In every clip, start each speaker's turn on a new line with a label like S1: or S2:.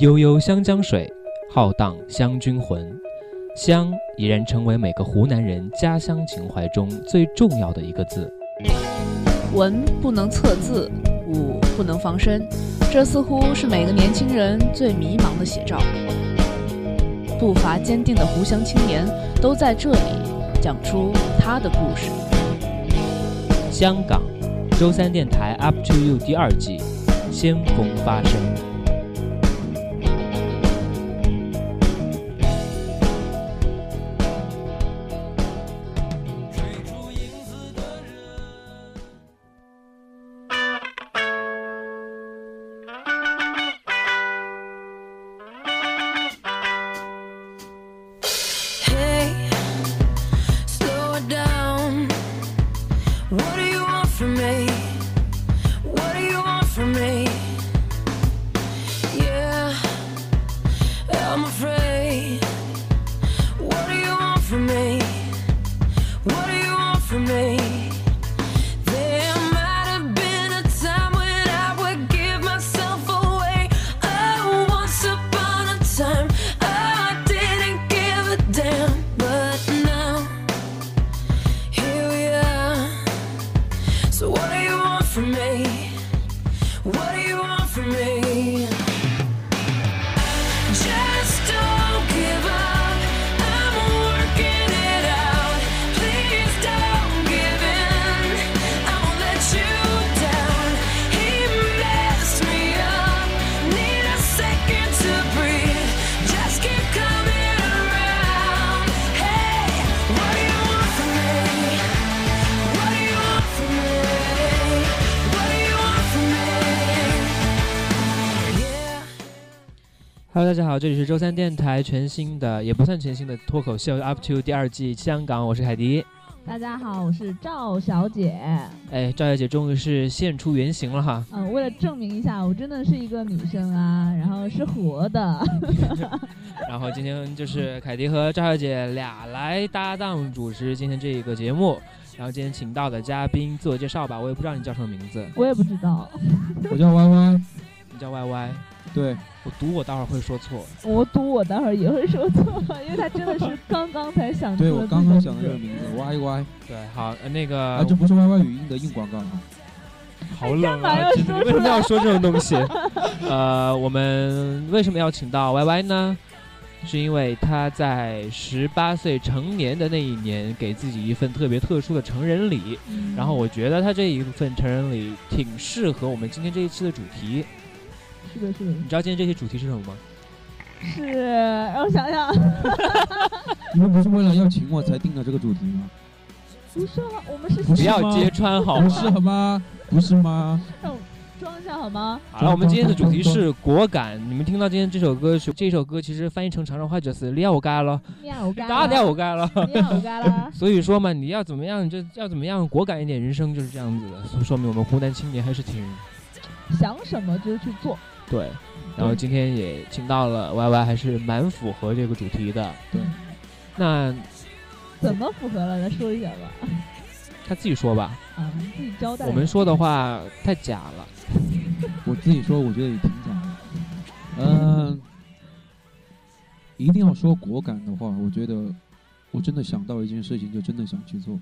S1: 悠悠湘江水，浩荡湘军魂。湘已然成为每个湖南人家乡情怀中最重要的一个字。
S2: 文不能测字，武不能防身，这似乎是每个年轻人最迷茫的写照。步伐坚定的湖湘青年都在这里讲出他的故事。
S1: 香港，周三电台 Up to You 第二季，先锋发声。
S3: Hey, slow it down. What do you want from me? What do you want from me? Yeah, I'm afraid. What do you want from me? What do you want from me? There might have been a time when I would give myself away. Oh, once upon a time, oh, I didn't give a damn. But now, here we are. So, what do you want from me? What do you want from me? Just don't give up. I'm working it out. Please don't give in. I won't let you down. He messed me up. Need a second to breathe. Just keep coming around. Hey, what do you want from me? What do you want from me? What do you want from me? Yeah.
S1: Hello，大家好，这里是周三电台全新的，也不算全新的脱口秀 Up to You 第二季香港，我是凯迪。
S4: 大家好，我是赵小姐。
S1: 哎，赵小姐终于是现出原形了哈！
S4: 呃，为了证明一下，我真的是一个女生啊，然后是活的。
S1: 然后今天就是凯迪和赵小姐俩来搭档主持今天这一个节目。然后今天请到的嘉宾自我介绍吧，我也不知道你叫什么名字，
S4: 我也不知道，
S5: 我叫歪歪，
S1: 你叫 Y Y。
S5: 对，
S1: 我赌我待会儿会说错，
S4: 我赌我待会儿也会说错，因为她真的是刚刚才想出
S5: 对
S4: 了
S5: 我刚刚想的
S4: 自己
S5: 这个
S4: 名字
S5: 名字歪歪，
S1: 对，好，呃那个、
S5: 啊，这不是歪歪语音的硬广告啊，
S1: 好冷
S4: 干嘛
S1: 啊！
S4: 要
S1: 真的你
S4: 说
S1: 为什
S4: 出
S1: 么
S4: 来
S1: 要说这种东西？啊呃，我们为什么要请到 Y Y 呢？是因为他在十八岁成年的那一年，给自己一份特别特殊的成人礼。
S4: 嗯
S1: 然后我觉得他这一份成人礼挺适合我们今天这一期的主题。
S4: 是的，是的，
S1: 你知道今天这期主题是什么吗？
S4: 是让我想想，
S5: 你们不是为了要请我才定的这个主题吗？
S4: 不是啊，我们是
S5: 不
S1: 不
S5: 是
S1: 要
S5: 吗
S1: 揭穿好
S5: 不是
S1: 吗？
S5: 好吗？不是吗？
S4: 让我装一下好吗？
S1: 好了，我们今天的主题是果敢。你们听到今天这首歌曲，这首歌其实翻译成长沙话就是“撩我干了
S4: 喵我”，干
S1: 打
S4: 啦，
S1: 撩我干了。
S4: 喵我干啦。
S1: 所以说嘛，你要怎么样，你就要怎么样，果敢一点，人生就是这样子的，说说明我们湖南青年还是挺
S4: 想什么就去做。
S1: 对。然后今天也请到了 Y Y，还是蛮符合这个主题的。
S5: 对，
S1: 那
S4: 怎么符合了？来说一下吧。
S1: 他自己说吧，
S4: 啊，你自己交代。
S1: 我们说的话太假了。
S5: 我自己说，我觉得也挺假的。嗯、一定要说果敢的话，我觉得我真的想到一件事情，就真的想去做。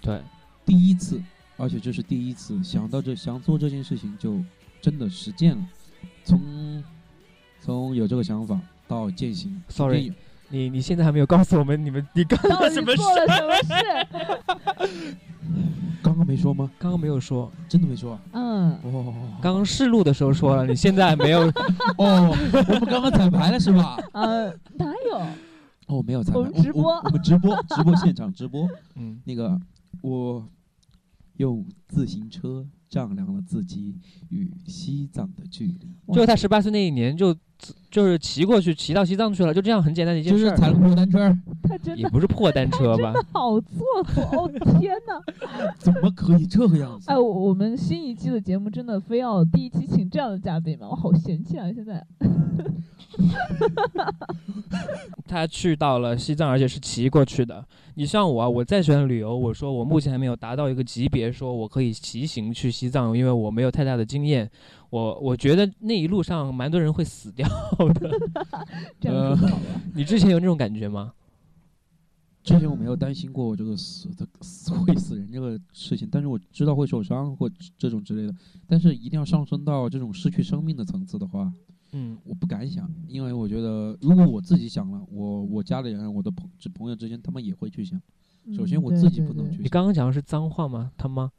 S1: 对，
S5: 第一次，而且这是第一次想到这想做这件事情，就真的实践了。
S1: 嗯
S5: 从从有这个想法到践行
S1: Sorry
S5: 一定
S1: 你你现在还没有告诉我们你们你干
S4: 到
S1: 了
S4: 底
S1: 什么事
S4: 做？了什么事？
S5: 刚刚没说吗？
S1: 刚刚没有说，
S5: 真的没说啊？
S4: 嗯，
S5: 哦
S1: 刚刚试录的时候说了，你现在没 有。
S5: 哦，我们刚刚彩排了是吧？
S4: 呃，哪有？
S5: 哦，没有彩排，
S4: 我们直播
S5: 我我们直播，直播现场直播。
S1: 嗯，
S5: 那个，我用自行车丈量了自己与西藏的距离，
S1: 就是他十八岁那一年就就是骑过去，骑到西藏去了，就这样很简单的一件
S5: 就
S1: 事
S5: 是
S1: 儿。
S5: 踩了共单车，
S4: 他真
S1: 也
S4: 的
S1: 不是破单车 吧？
S4: 好做作！哦天哪！
S5: 怎么可以这个样子
S4: 哎，？我我们新一期的节目真的非要第一期请这样的嘉宾吗？我好嫌弃啊！现在
S1: 他去到了西藏，而且是骑过去的。你像我啊，我再喜欢旅游，我说我目前还没有达到一个级别，说我可以骑行去西藏，因为我没有太大的经验。我我觉得那一路上蛮多人会死掉 的。
S4: 这样说不好嗯吧？
S1: 你之前有那种感觉吗？
S5: 之前我没有担心过我这个死的死会死人这个事情，但是我知道会受伤或这种之类的，但是一定要上升到这种失去生命的层次的话，
S1: 嗯
S5: 我不敢想，因为我觉得如果我自己想了，我我家里人、我的朋这朋友之间，他们也会去想。
S4: 嗯
S5: 首先我自己不能
S4: 去。
S5: 去
S1: 你
S5: 想，
S1: 刚刚讲的是脏话吗？他妈，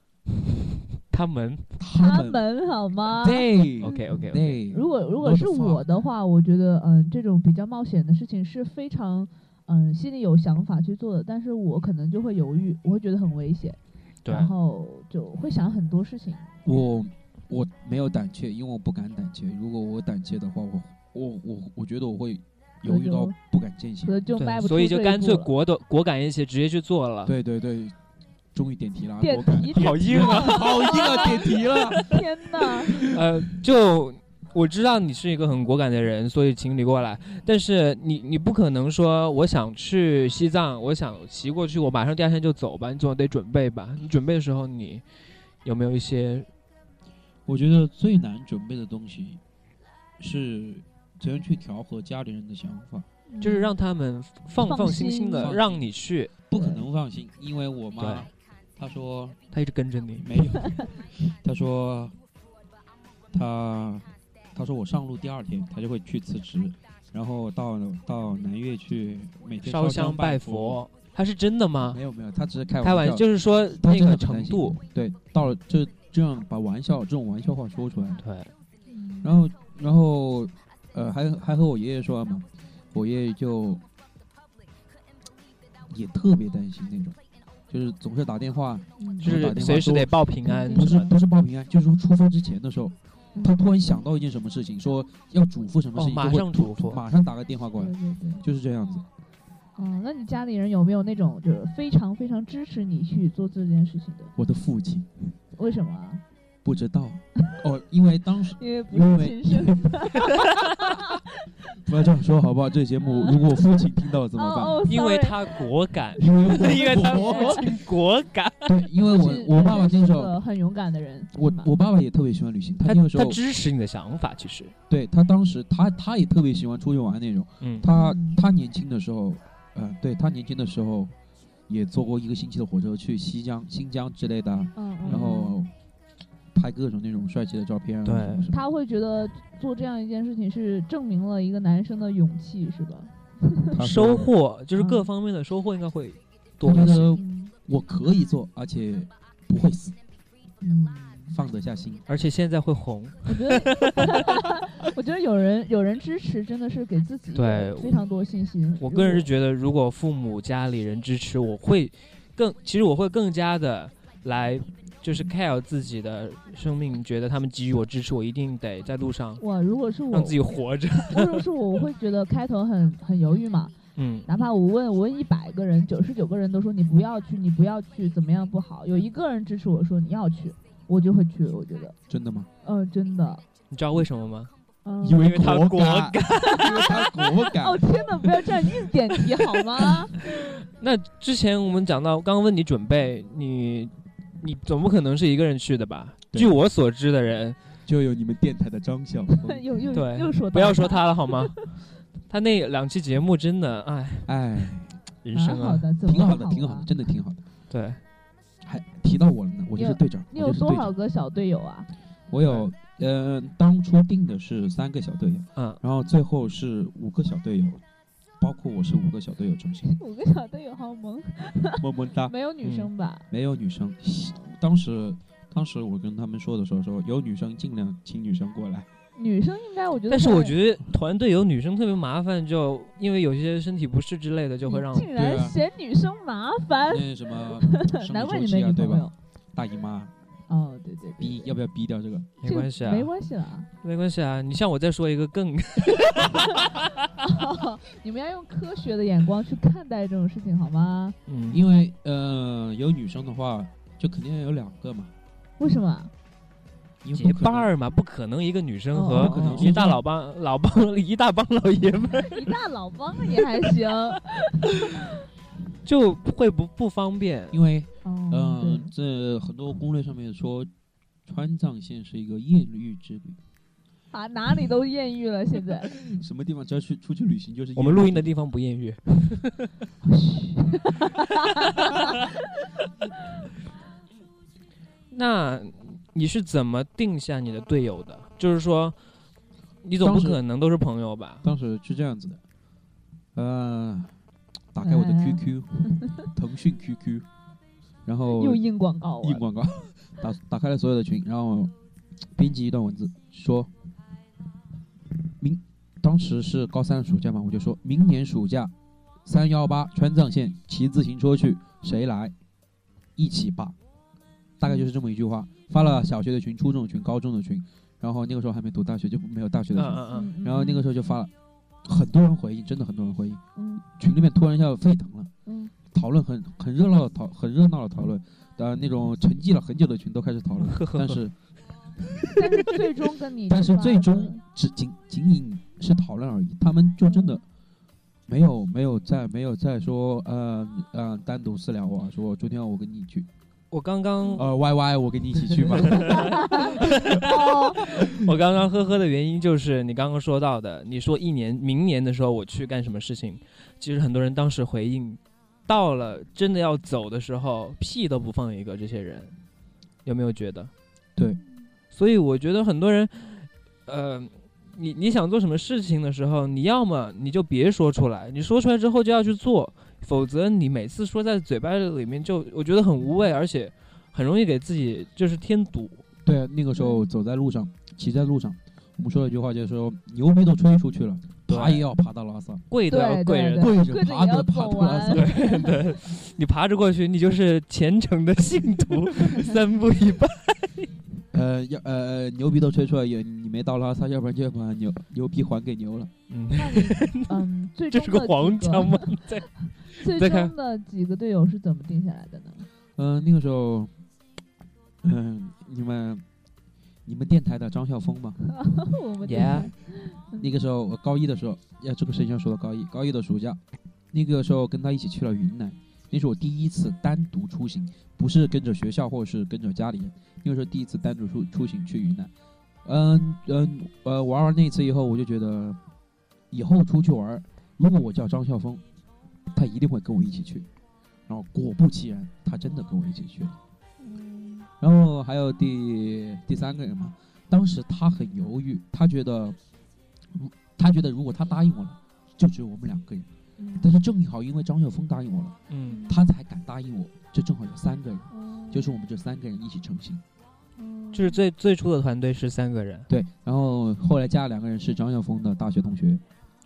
S1: 他们。
S5: 他
S4: 他们好吗？
S5: 对
S1: OK OK，
S5: 对，
S4: 如果如果
S5: What
S4: 是
S5: the
S4: 我的话，我觉得嗯，这种比较冒险的事情是非常嗯心里有想法去做的，但是我可能就会犹豫，我会觉得很危险，
S1: 对，
S4: 然后就会想很多事情。
S5: 我我没有胆怯，因为我不敢胆怯。如果我胆怯的话，我我我我觉得我会犹豫到
S4: 那就
S5: 不敢践行
S4: 可。能就迈
S1: 对，
S4: 不出
S1: 所以就
S4: 这一
S1: 干
S4: 步
S1: 脆
S4: 了
S1: 果断果敢一些，直接去做了。
S5: 对对对，终于点题了，啊
S4: 点
S5: 我感
S4: 题，
S1: 好硬啊！
S5: 好硬啊，点题了。
S4: 天哪！
S1: 呃，就我知道你是一个很果敢的人，所以请你过来。但是你你不可能说我想去西藏，我想骑过去，我马上第二天就走吧，你总得准备吧。你准备的时候，你有没有一些
S5: 我觉得最难准备的东西是怎样去调和家里人的想法。
S1: 就是让他们放
S4: 放
S1: 放心心
S5: 放
S1: 的
S5: 心
S1: 让你去？
S5: 不可能放心，因为我
S1: 对
S5: 妈她说
S1: 他一直跟着你，
S5: 没有，她说她她说我上路第二天她就会去辞职，然后到到南岳去每天
S1: 烧
S5: 香
S1: 香拜
S5: 佛。
S1: 佛，他是真的吗？
S5: 没有没有，她只是开
S1: 开
S5: 玩
S1: 玩
S5: 笑，
S1: 笑，就是说那
S5: 她真的
S1: 个
S5: 很
S1: 程
S5: 担心
S1: 度，
S5: 对，到了就这样把玩笑这种玩笑话说出来，
S1: 对，
S4: 嗯
S5: 然后然后呃还还和我爷爷说嘛，我爷爷就也特别担心那种，就是总是打电话，
S1: 就
S5: 打
S1: 是
S5: 电话
S1: 随时
S5: 说嗯
S1: 得报平安
S5: 不
S1: 什
S5: 是
S1: 么的。
S5: 不是报
S1: 嗯
S5: 平安，就是说出发之前的时候，他突然想到一件什么事情，说要嘱咐什么事情，
S1: 哦马
S5: 就会
S1: 上嘱咐嗯
S5: 马上打个电话过
S4: 对
S5: 来，
S4: 对对。
S5: 就是这样子。
S4: 哦，那你家里人有没有那种就是非常非常支持你去做这件事情的？
S5: 我的父亲
S4: 为什么啊？
S5: 不 知道，哦，因为当时
S4: 因为不
S5: 因
S4: 是
S5: 为
S4: 亲生。
S5: 不要这样说好不好？这节目
S1: 嗯
S5: 如果我父亲听到了怎么办？
S4: 哦哦，
S1: 因为
S4: sorry
S1: 他果 敢，
S5: 因为我
S1: 因为他父亲果敢，
S5: 对，因为
S4: 是
S5: 我我爸爸
S4: 是
S5: 那时候，
S4: 个很勇敢的人，
S5: 我
S4: 是吗
S5: 我爸爸也特别喜欢旅行，
S1: 嗯
S5: 他
S1: 他
S5: 那个时
S1: 他
S5: 候
S1: 支持你的想法，其实，
S5: 对他当时他他也特别喜欢出去玩那种。
S1: 嗯，
S5: 他
S4: 嗯
S5: 他年轻的时候，嗯，对他年轻的时候也坐过一个星期的火车去西江、新疆之类的啊，
S4: 嗯嗯，
S5: 然后拍各种那种帅气的照片啊，
S1: 对
S5: 什么什么
S4: 他会觉得做这样一件事情是证明了一个男生的勇气，是吧？
S5: 他说嗯
S1: 收获就是各
S4: 嗯
S1: 方面的收获应该会多
S5: 我
S1: 一
S5: 觉
S1: 些，
S5: 得我可以做，而且不会死，
S4: 嗯，
S5: 放得下心。
S1: 而且现在会红，
S4: 我觉得，我觉得 有人有人支持，真的是给自己
S1: 对
S4: 非常多信心。
S1: 我个人是
S4: 得，
S1: 觉得，如果父母家里人支持，我会更，其实我会更加的来。就是 care 自己的生命，觉得他们给予我支持，我一定得在路上
S4: 哇，如果是我，
S1: 让自己活着。
S4: 如果是我，我会觉得开头很很犹豫嘛。
S1: 嗯，
S4: 哪怕我问我问一百个人，九十九个人都说你不要去，你不要去，怎么样不好，有一个人支持我说你要去，我就会去。我觉得，
S5: 真的吗？
S4: 嗯、真的，
S1: 你知道为什么吗？
S4: 嗯、
S1: 为因他果
S5: 敢， 因为他果 敢
S4: 哦，天哪，不要这样硬点题好吗？。
S1: 那之前我们讲到，刚刚问你准备，你你总不可能是一个人去的吧？
S5: 对
S1: 据我所知的人，
S5: 就有你们电台的张晓峰
S4: 又又
S1: 对
S4: 又说
S1: 不要说
S4: 他
S1: 他了好吗？ 他那两期节目真的，哎，
S5: 哎，
S1: 人
S4: 蛮
S1: 生
S4: 好
S1: 啊，
S4: 的，怎么
S5: 挺好
S4: 不
S5: 的，挺好
S4: 啊
S5: 的，真的挺好的。
S1: 对，
S5: 还提到我了呢，我就是队长，
S4: 你
S5: 我
S4: 有
S5: 就是
S4: 多
S5: 队
S4: 少
S5: 长。
S4: 个小队友啊？
S5: 我有，呃，当初定的是三个小队友。
S1: 嗯，
S5: 然后最后是五个小队友，包括我是五个小队友中
S4: 。
S5: 心
S4: 五个小队友好萌，
S5: 么么
S1: 啊
S5: 哒，
S4: 没有
S1: 嗯
S4: 女生吧？
S5: 没有女生。当时当时我跟他们说的时候说，有女生尽量请女生过来。
S4: 女生应该我觉得，
S1: 但是我
S4: 得
S1: 觉得团队有女生特别麻烦，就因为有些身体不适之类的，就会让
S4: 竟然
S5: 对啊
S4: 嫌女生麻烦，
S5: 那什 么生
S4: 难
S5: 理
S4: 怪
S5: 周
S4: 你没
S5: 期啊，
S4: 女
S5: 对
S4: 朋
S5: 吧
S4: 友？。
S5: 大姨妈
S4: 哦，对对对
S5: 逼，要不要逼掉这个？
S1: 没关系啊，
S4: 没关系啦。
S1: 没关系啊。你像我再说一个更，
S4: 你们要用科学的眼光去看待这种事情好吗？
S1: 嗯，
S5: 因为呃，有女生的话，就肯定要有两个嘛。
S4: 为什么啊？
S5: 因为
S1: 结
S5: 不可
S1: 伴
S5: 能
S1: 儿嘛，不可能一个女生
S4: 哦
S1: 和
S5: 不可能
S1: 一大老帮
S4: 嗯
S1: 老帮一大帮老爷们儿，
S4: 一大老帮也还行。
S1: 就会不不方便。
S5: 因为
S4: 哦，
S5: 嗯，
S4: 对
S5: 这很多攻略上面说，川藏线是一个艳遇之旅，
S4: 啊，哪里都艳遇了，现 在
S5: 什么地方只要去出去旅行就是
S1: 嗯我们录音的
S5: 地
S1: 地方不艳遇，那你是怎么定下你的队友的？就是说，你总不
S5: 当时
S1: 可能都是朋友吧？
S5: 当时是这样子的，呃，打开我的
S4: 哎
S5: QQ，、腾讯 QQ，然后
S4: 又印广告
S5: 硬
S4: 了。
S5: 广告， 打打开了所有的群，然后编辑一段文字说，明当时是高三暑假嘛，我就说明年暑假三幺八川藏线骑自行车去，谁来一起吧，大概就是这么一句话，发了小学的群、初中的群、高中的群，然后那个时候还没读大学，就没有大学
S1: 嗯
S5: 的群，
S1: 嗯嗯，
S4: 嗯
S5: 啊然后那个时候就发了，很多人回应，真的很多人回应，
S4: 嗯
S5: 群里面突然一下沸腾了。
S4: 嗯，
S5: 讨论很很热闹的讨很热闹的讨论，呃，那种沉寂了很久的群都开始讨论，
S1: 嗯
S5: 但是
S4: 但是最终跟你 嗯
S5: 但是
S4: 出发
S5: 最
S4: 的
S5: 终只仅仅仅是讨论而已，他们就真的没有没有再没有再说呃呃单独私聊我啊说昨天我跟你去，
S1: 我刚刚
S5: 呃 Y Y 我跟你一起去吧，
S4: 嗯
S1: 我刚刚呵呵的原因就是你刚刚说到的，你说一年明年的时候我去干什么事情，其实很多人当时回应，到了真的要走的时候，屁都不放一个，这些人有没有觉得？
S5: 对，
S1: 所以我觉得很多人，呃，你你想做什么事情的时候，你要么你就别说出来，你说出来之后就要去做，否则你每次说在嘴巴里面就我觉得很无味，而且很容易给自己就是添堵。
S5: 对，那个时候走在路上，骑在路上，我们说了一句话就是说牛逼都吹出去了，爬
S1: 对
S5: 也要爬到拉萨，
S1: 跪都要
S4: 对
S1: 跪着
S4: 对对
S5: 跪着
S4: 跪着
S5: 爬
S4: 也要
S5: 的爬
S4: 走
S5: 到拉
S4: 完
S5: 萨，
S1: 对，你爬着过去，你就是虔诚的信徒，三步一拜。
S5: 呃，要呃牛逼都吹出来，也你没到拉萨，要不然就把牛牛逼还给牛了。
S1: 嗯，
S4: 嗯，最
S1: 这
S4: 终
S1: 是个
S4: 的
S1: 黄
S4: 几
S1: 腔吗？在
S4: 最
S1: 再看
S4: 终的几个队友是怎么定下来的呢？
S5: 嗯、那个时候，嗯、你们你们电台的张晓峰嘛，
S4: 我们
S1: Yeah
S5: 那个时候我高一的时候，呀，这个事情要说到高一，高一的暑假，那个时候跟他一起去了云南，那是我第一次单独出行，不是跟着学校或者是跟着家里人，那个时候第一次单独出出行去云南。嗯嗯呃，玩完那一次以后，我就觉得，以后出去玩儿，如果我叫张晓峰，他一定会跟我一起去。然后果不其然，他真的跟我一起去了。然后还有第第三个人嘛，当时他很犹豫，他觉得，如他觉得如果他答应我了，就只有我们两个人。但是正好因为张晓峰答应我了，
S1: 嗯，
S5: 他才敢答应我，这正好有三个人，就是我们这三个人一起成型。
S1: 就是最最初的团队是三个人，
S5: 对，然后后来加了两个人是张晓峰的大学同学，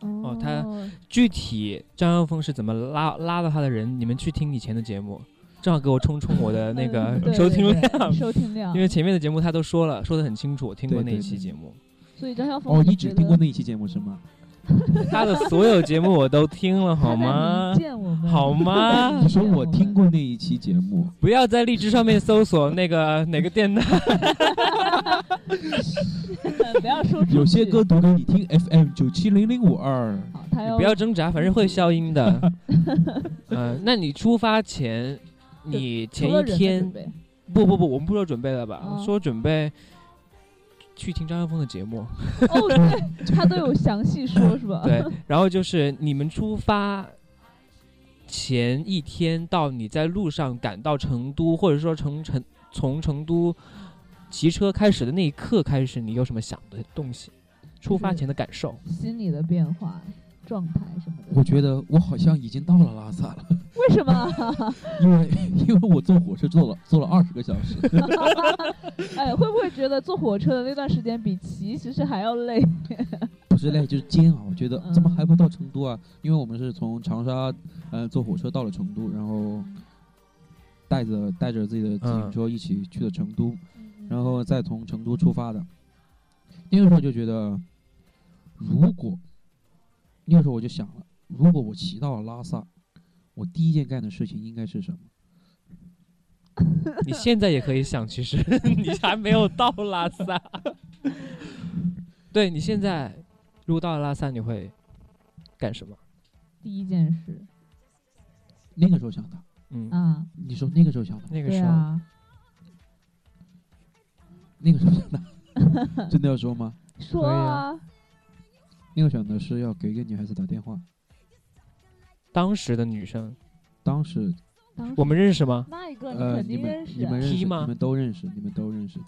S1: 哦他具体张耀峰是怎么拉拉到他的人，你们去听以前的节目，正好给我冲冲我的那个
S4: 嗯 对
S1: 收听
S4: 对对
S1: 量。
S4: 收听量，
S1: 因为前面的节目他都说了，说的很清楚，我听过
S5: 对
S1: 那
S5: 对
S1: 一期
S5: 对
S1: 节目，
S4: 所以张晓峰
S5: 哦，
S4: 就
S5: 你只
S4: 觉
S5: 听过
S4: 得
S5: 那一期节目是吗？
S1: 他的所有节目我都听了，
S4: 他
S1: 好
S4: 在
S1: 吗
S4: 迷？奸我们
S1: 好吗？
S5: 你说我听过那一期节目，
S1: 不要在荔枝上面搜索那个哪个电台，
S4: 不要说出去
S5: 有些歌读给你听，FM 九七零零五二。
S4: 好，他要
S1: 不要挣扎，反正会消音的。 嗯、那你出发前，你前
S4: 除了
S1: 一
S4: 人的
S1: 天
S4: 准备
S1: 不不不，我们不说准备了吧？
S4: 哦
S1: 说准备去听张晓峰的节目，
S4: 哦，对，他都有详细 说，是吧？
S1: 对，然后就是你们出发。前一天到你在路上赶到成都，或者说从成从成都骑车开始的那一刻开始，你有什么想的东西？出发前的感受？
S4: 心理的变化、状态什么的。
S5: 我觉得我好像已经到了拉萨了，
S4: 为什么？
S5: 因为因为我坐火车坐了坐了二十个小时，
S4: 哎，会不会觉得坐火车的那段时间比骑其实还要累？
S5: 不是累就是煎熬，觉得
S4: 嗯
S5: 怎么还不到成都啊？因为我们是从长沙呃坐火车到了成都，然后带着带着自己的自行车一起去的成都，然后再从成都出发的。那个时候就觉得，如果那个时候我就想了，如果我骑到了拉萨，我第一件干的事情应该是什么？
S1: 你现在也可以想，其实你还没有到拉萨。对你现在如果到了拉萨，你会干什么？
S4: 第一件事，
S5: 那个时候想的。
S1: 嗯，
S4: 啊，
S5: 你说那个时候想的，
S1: 那个
S4: 对
S1: 时候、
S4: 啊，
S5: 那个时候想的，真的要说吗？
S4: 说
S1: 可以
S4: 啊，
S5: 那个想的是要给一个女孩子打电话，
S1: 当时的女生，
S5: 当时
S4: 当时
S1: 我们认识吗？
S4: 那一个你
S5: 呃，
S4: 肯
S5: 你
S4: 定
S5: 们
S4: 认
S5: 你
S4: 识，啊
S5: 们认识，
S1: P
S5: 你
S1: 吗
S5: 们都认识，你们都 认识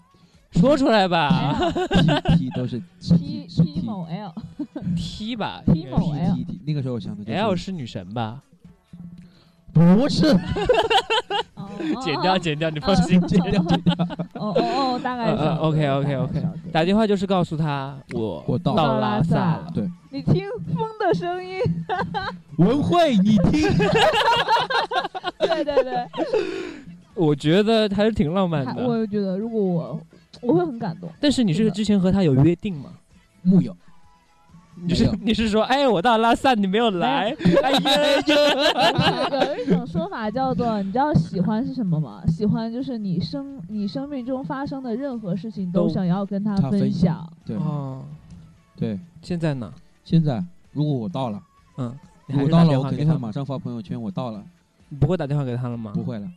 S1: 说出来吧
S5: ，P P 都是是
S4: P
S5: T 是
S4: P
S5: T
S4: 某 L，
S1: ，T 吧
S4: T
S1: 应该
S4: 某哎
S1: 是
S5: P T T，那个时候想的就
S1: L 是女神吧？
S5: 不是
S4: 哦嗯
S1: 剪掉，，剪掉，你放心，剪掉。
S4: 哦哦哦，大概
S1: 呃
S4: 是
S1: 呃，OK，OK，OK
S4: 大概是
S1: 打电话就是告诉他我
S5: 我到
S1: 到
S4: 拉
S1: 拉萨
S4: 萨
S1: 了，
S5: 对
S4: 你听风的声音，
S5: 文慧，你听，
S4: 对对对，
S1: 我觉得还是挺浪漫
S4: 他
S1: 的。
S4: 我觉得如果我我会很感动，
S1: 但是你
S4: 是
S1: 是
S4: 的
S1: 之前和他有约定吗？
S5: 木有，
S1: 你
S5: 没
S1: 是
S5: 有，
S1: 你是说，哎，我到拉萨你没有来？哎 呀，
S4: 有一种说法叫做，你知道喜欢是什么吗？喜欢就是你生你生命中发生的任何事情都
S1: 都
S4: 想要跟他
S5: 他
S4: 分
S5: 分享
S4: 享。
S5: 对
S1: 哦，
S5: 对，
S1: 现在呢？
S5: 现在如果我到了，
S1: 嗯，你还
S5: 我
S1: 是打
S5: 到了，
S1: 电
S5: 我
S1: 话
S5: 肯
S1: 给
S5: 定
S1: 他啊
S5: 会
S1: 吗？
S5: 马上发朋友圈，我到了，
S1: 你不会打电话给他了吗？
S5: 不，会了，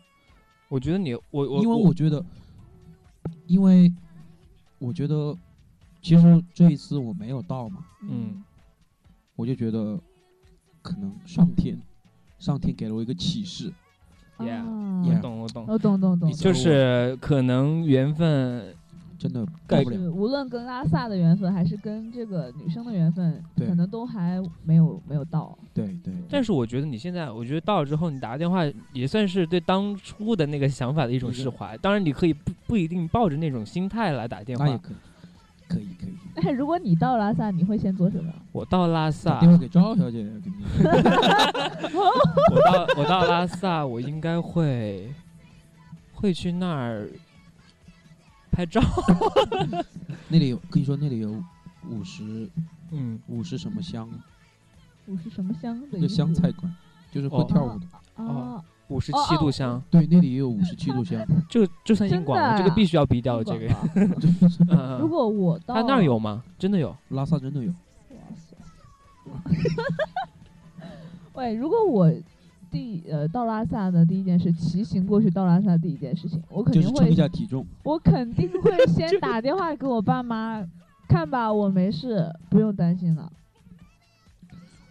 S1: 我觉得你，我我
S5: 因为我觉得，因为我觉得，其实这一次我没有到嘛，
S1: 嗯，
S5: 我就觉得可能上天，上天给了我一个启示，
S1: Yeah，
S4: 啊
S1: 我
S5: Yeah
S1: 懂我懂，
S4: 我懂懂懂
S5: 你，
S1: 就是可能缘分
S5: 真的
S1: 改
S5: 改不
S4: 就
S5: 了。
S4: 是无论跟拉萨的缘分还是跟这个女生的缘分，
S5: 对
S4: 可能都还没有没有到。
S5: 对对，
S1: 但是我觉得你现在，我觉得到了之后，你打个电话也算是对当初的那个想法的一种释怀。当然，你可以不不一定抱着那种心态来打电
S5: 那也
S1: 话。
S5: 可以，可以可以。
S4: 那如果你到拉萨，你会先做什么？
S1: 我到拉萨
S5: 打，电话给赵小姐，肯定
S1: 我到我到拉萨，我应该会会去那儿拍照。
S5: 那里有，跟你说那里有五十
S1: 嗯，
S5: 五十什么香，
S4: 五十什么香的
S5: 一个
S4: 意思
S5: 湘菜馆，就是会
S1: 哦
S5: 跳舞的。
S4: 啊，
S1: 五十
S4: 哦
S1: 七度香，
S5: 对，那里也有五十七度香，
S1: 就就算硬广
S4: 真的
S1: 了，
S4: 啊
S1: 这个必须要逼掉
S4: 不
S1: 这
S4: 管
S1: 个。
S4: 了
S5: 就是
S1: 嗯嗯
S4: 如果我到
S1: 他那儿，有吗？真的有？
S5: 拉萨真的有。
S4: 哇塞 喂，如果我第呃到拉萨的第一件事，骑行过去到拉萨的第一件事情，我肯
S5: 就
S4: 定
S5: 是
S4: 会
S5: 称一下体重，
S4: 我肯定会先打电话给我爸妈，看吧，我没事，不用担心了。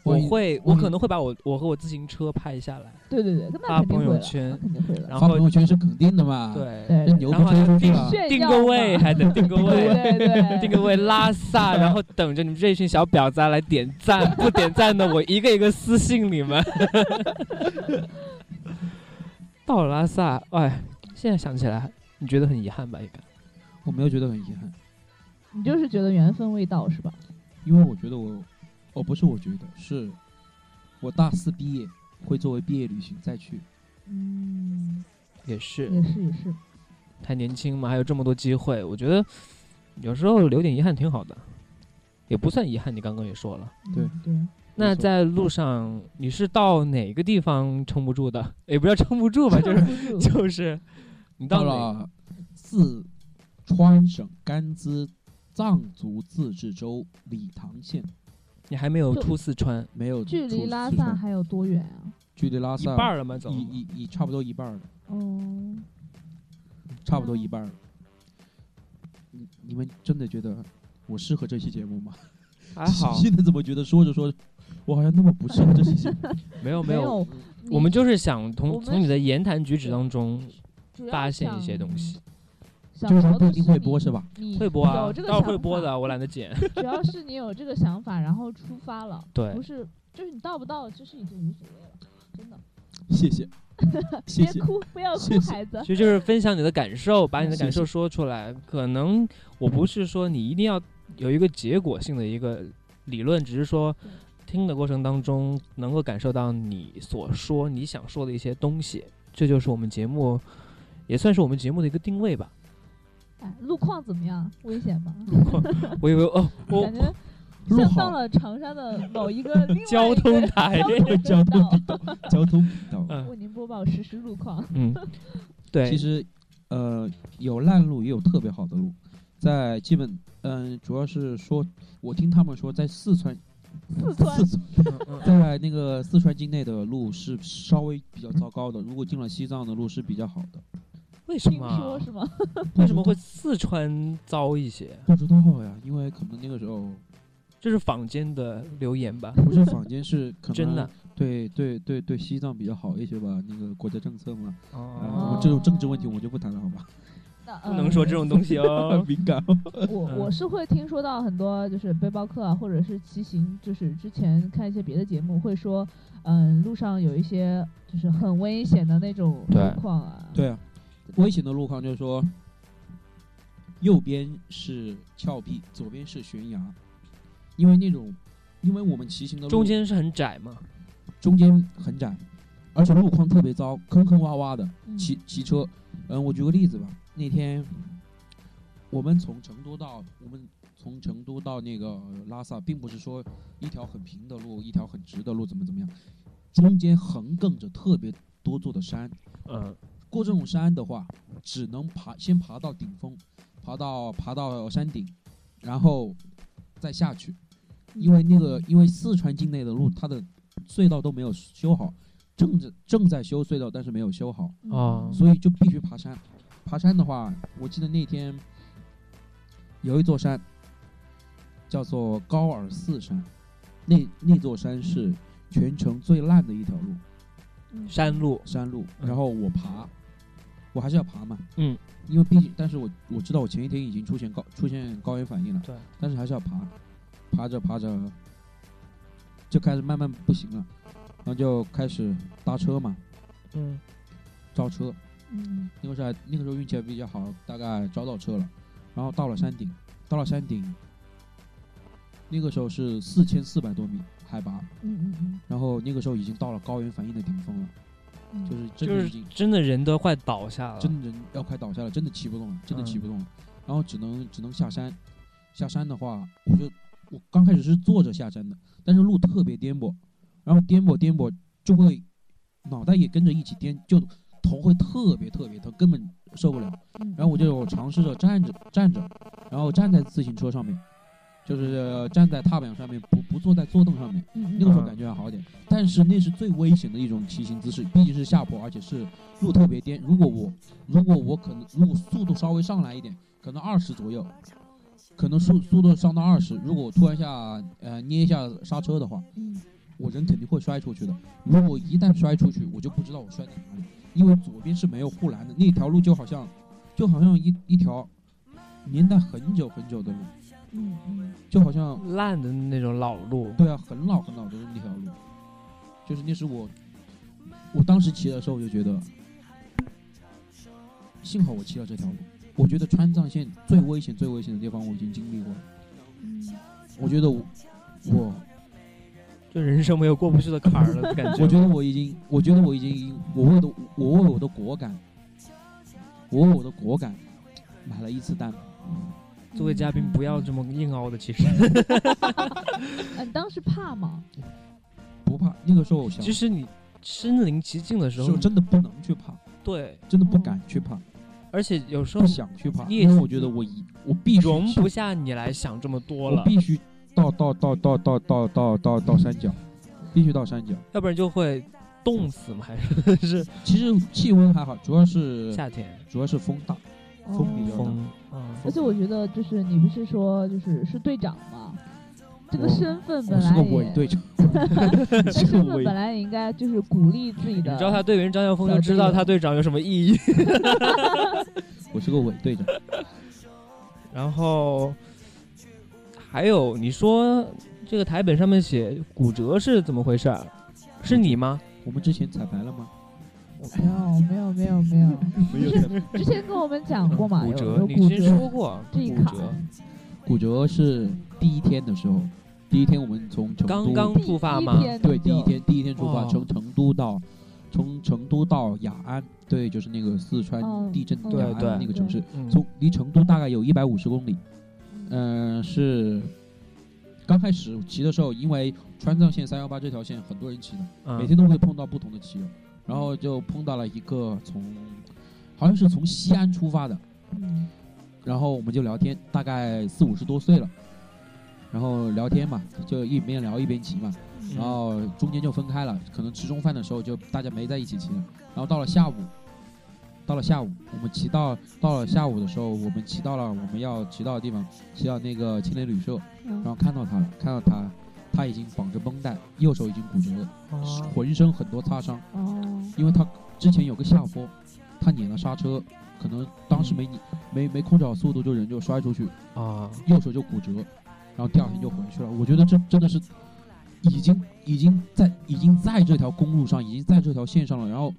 S1: 我
S5: 万一
S1: 会，我
S5: 万一
S1: 可能会把我我和我自行车拍下来，
S4: 对对对，那
S1: 发
S4: 肯
S1: 朋
S4: 定会
S1: 友
S4: 了，
S1: 圈
S4: 那肯定会 了。
S1: 然
S5: 发朋
S1: 后
S5: 友圈是肯定的嘛。，
S1: 对，
S4: 对
S5: 这
S4: 对
S5: 牛
S1: 然
S5: 不
S1: 后
S5: 吹
S1: 还
S5: 出去
S1: 定啊
S5: 了。
S4: 炫
S1: 定
S4: 耀
S1: 个
S4: 嘛
S1: 位，还得定个位。
S4: 对对
S1: 定个位拉 萨，然后等着你们这群小婊子来点赞，不点赞的我一个一个私信你们。 到了拉萨，哎，现在想起来，你觉得很遗憾吧？应该
S5: 我没有觉得很遗憾，
S4: 你就是觉得缘分未到是吧？
S5: 因为我觉得我，哦，不是我觉得，是我大四毕业会作为毕业旅行再去。
S4: 嗯，
S1: 也是
S4: 也是也是，
S1: 还年轻嘛，还有这么多机会，我觉得有时候留点遗憾挺好的，也不算遗憾。你刚刚也说了，
S5: 对
S4: 嗯对。
S1: 那
S5: 没错
S1: 在路上你是到哪个地方撑不住的？也不叫撑不 住吧，就是 就是你
S5: 到
S1: 哪
S5: 了啊四川省甘孜藏族自治州理塘县，
S1: 你还没有
S4: 就
S1: 出四川，
S5: 没有
S4: 距
S5: 出
S4: 离拉
S5: 四
S4: 萨
S5: 川
S4: 还有多远啊？
S5: 距离拉
S1: 一
S5: 萨
S1: 半儿了吗？走
S5: 一一一差不多一半儿了，
S4: 哦，
S5: 差不多一半儿了。你你们真的觉得我适合这期节目吗？
S1: 还好，
S5: 现在怎么觉得说着说着，我好像那么不适合这期 节目？
S1: 没有没
S4: 没
S1: 有，
S4: 你
S1: 我们就是想
S4: 我
S1: 从
S4: 们
S1: 从你的言谈举止当中
S4: 主要
S1: 发现一些东西，
S4: 想。
S5: 就是
S4: 想
S5: 它
S4: 聊的
S5: 不
S4: 是
S5: 一定会
S4: 你
S5: 播是吧？
S4: 你
S1: 会播啊
S4: 有，这个
S1: 当然会播
S4: 想
S1: 的，我懒得 剪。
S4: 法。主要是你有这个想法，然后出发了，
S1: 对
S4: 不，是就是你到不到，其实已经无所谓了，真的。
S5: 谢谢，谢谢
S4: 别。哭，不要
S5: 谢
S4: 哭，
S5: 谢
S4: 孩子
S1: 其。实就是分享你的感受，把你的
S5: 谢谢
S1: 感受说出来。可能我不是说你一定要有一个结果性的一个理论，只是说
S4: 对
S1: 听的过程当中能够感受到你所说你想说的一些东西，这就是我们节目，也算是我们节目的一个定位吧。
S4: 哎，路况怎么样？危险吗？
S1: 我以为哦，我
S4: 感觉
S5: 路
S4: 像到
S5: 好，
S4: 了长沙的某 一个另外
S1: 交
S4: 一个
S1: 通台。
S5: 交通
S4: 道
S5: 频道，交通频道。
S1: 嗯
S4: 为您播报实时路况。
S1: 嗯，对，
S5: 其实，呃，有烂路也有特别好的路，在基本，嗯、主要是说，我听他们说，在四川
S4: 四川
S5: 四川
S1: 嗯
S5: 在那个四川境内的路是稍微比较糟糕的，如果进了西藏的路是比较好的。
S1: 为什
S4: 听说
S1: 么？
S4: 是吗？
S1: 为什么会四川糟一些？
S5: 不知道呀，因为可能那个时 候
S1: 这是坊间的留言吧？
S5: 不是坊间是可能
S1: 真的
S5: 对对对对西藏比较好一些吧，那个国家政策嘛。啊，
S1: 哦
S5: 我，这种政治问题我们就不谈了，好吧？
S4: 那
S1: 不能说这种东西
S5: 很
S1: 哦。
S5: 敏感。
S4: 我
S1: 嗯
S4: 我是会听说到很多就是背包客啊，或者是骑行，就是之前看一些别的节目会说，嗯，路上有一些就是很危险的那种
S1: 对
S4: 路况啊。
S5: 对啊，危险的路况就是说，右边是峭壁，左边是悬崖，因为那种，因为我们骑行的路
S1: 中间是很窄嘛，
S5: 中间很窄，而且路况特别糟，坑坑洼洼的，
S4: 嗯，
S5: 骑骑车。嗯，我举个例子吧，那天我们从成都到我们从成都到那个拉萨，并不是说一条很平的路，一条很直的路怎么怎么样，中间横亘着特别多座的山。
S1: 嗯，
S5: 过这种山的话，只能爬，先爬到顶峰，爬到爬到山顶，然后再下去，因为那个因为四川境内的路，它的隧道都没有修好，正在正在修隧道，但是没有修好，
S4: 嗯
S1: 哦
S5: 所以就必须爬山。爬山的话，我记得那天有一座山叫做高尔寺山，那那座山是全程最烂的一条路。
S4: 嗯
S1: 山路，
S5: 山路，
S1: 嗯
S5: 然后我爬，我还是要爬嘛，
S1: 嗯，
S5: 因为毕竟，但是我我知道我前一天已经出现高出现高原反应了，
S1: 对，
S5: 但是还是要爬，爬着爬着就开始慢慢不行了，然后就开始搭车嘛，
S1: 嗯，
S5: 招车，
S4: 嗯
S5: 那个时候还那个时候运气还比较好，大概招到车了，然后到了山顶，到了山顶，那个时候是四千四百多米海拔，
S4: 嗯嗯
S5: 然后那个时候已经到了高原反应的顶峰了，
S4: 嗯，
S5: 就是真
S1: 就
S5: 的已
S1: 是
S5: 经。
S1: 真的人都快倒下了，
S5: 真人要快倒下了，真的骑不动了，真的骑不动了，然后只能只能下山。下山的话，我就我刚开始是坐着下山的，但是路特别颠簸，然后颠簸颠簸就会脑袋也跟着一起颠，就头会特别特别疼，根本受不了。
S4: 嗯
S5: 然后我就尝试着站着站着，然后站在自行车上面，就是、呃站在踏板上面，不不坐在坐凳上面。
S4: 嗯嗯
S5: 那个时候感觉还好点，但是那是最危险的一种骑行姿势，毕竟是下坡，而且是路特别颠。如果我如果我可能如果速度稍微上来一点，可能二十左右，可能速速度上到二十，如果我突然一下呃捏一下刹车的话，
S4: 嗯
S5: 我人肯定会摔出去的。如果一旦摔出去，我就不知道我摔在哪里，因为左边是没有护栏的，那条路就好像就好像一一条年代很久很久的路，
S4: 嗯嗯
S5: 就好像
S1: 烂的那种老路，
S5: 对啊，很老很老的那条路，就是那是我，我当时骑的时候我就觉得，幸好我骑了这条路。我觉得川藏线最危险、最危险的地方我已经经历过了。
S4: 嗯
S5: 我觉得我， 我，
S1: 就人生没有过不去的坎儿了，感觉。
S5: 我觉得我已经，我觉得我已经，我为了我为我的果敢，我为我的果敢买了一次单。
S1: 作为嘉宾不要这么硬凹的，其实，
S4: 嗯，你当时怕吗？
S5: 不怕，那个时候我想
S1: 其，实你身临其境的时
S5: 是
S1: 候，
S5: 真的不能去怕，
S1: 对，
S5: 真的不敢去怕，
S1: 而且有时候
S5: 不想去怕，
S1: 你也
S5: 因为我觉得我一我必须
S1: 容
S5: 去
S1: 不下你来想这么多
S5: 我
S1: 了，
S5: 必须到到到到到到到到到山脚，必须到山脚。
S1: 要不然就会冻死嘛，还 是是
S5: 其实气温还好，主要是
S1: 夏天
S5: 主要是风大，风比较
S4: 哦
S5: 大。
S1: 风，嗯，
S4: 而且我觉得就是你不是说就是是队长吗？这个
S5: 我
S4: 身份
S5: 我
S4: 本
S5: 是
S4: 来
S5: 个
S4: 也
S5: 伪队长，
S4: 这身
S5: 是个
S4: 份
S5: 伪
S4: 本。来也应该就是鼓励自己
S1: 你
S4: 的。
S1: 知道他队 员张笑峰
S4: 小
S1: 就知
S4: 队
S1: 道
S4: 友
S1: 他队长有什么意义。
S5: 我是个伪队长。
S1: 然后还有你说这个台本上面写骨折是怎么回事儿？是你吗？
S5: 我们之前彩排了吗？
S4: 没有没有没有没有，
S5: 没有彩排。
S4: 之前跟我们讲过嘛，
S1: 嗯骨
S4: 嗯有
S1: 折
S4: 有，
S1: 你
S4: 骨
S1: 之前说
S4: 折
S1: 过
S4: 这一
S1: 骨
S4: 卡，
S1: 折，
S5: 骨折是第一天的时候，第一天我们从成都
S1: 刚刚
S4: 第
S1: 出发
S4: 一
S1: 吗
S4: 天
S5: 对
S4: 就
S5: 第一天第一天出发，
S1: 哦
S5: 从成都到从成都到雅安，对，就是那个四川
S4: 嗯
S5: 地震
S4: 嗯
S5: 雅
S1: 哦对对
S5: 安那个城市，
S1: 嗯
S5: 从离成都大概有一百五十公里。嗯、是刚开始骑的时候，因为川藏线三幺八这条线很多人骑的，
S1: 嗯
S5: 每天都会碰到不同的骑友，然后就碰到了一个从好像是从西安出发的，
S4: 嗯
S5: 然后我们就聊天，大概四五十多岁了，然后聊天嘛，就一边聊一边骑嘛，然后中间就分开了，可能吃中饭的时候就大家没在一起骑了，然后到了下午，到了下午我们骑到到了下午的时候，我们骑到了我们要骑到的地方，骑到那个青年旅社，然后看到他了，看到他，他已经绑着绷带，右手已经骨折了，
S1: 啊嗯
S5: 浑身很多擦伤，
S4: 哦，
S5: 因为他之前有个下坡，他碾了刹车，可能当时没拧没没控制好速度，就人就摔出去，
S1: 啊，
S5: 右手就骨折，然后第二天就回去了。我觉得这真的是已经已经在已经在这条公路上，已经在这条线上了，然后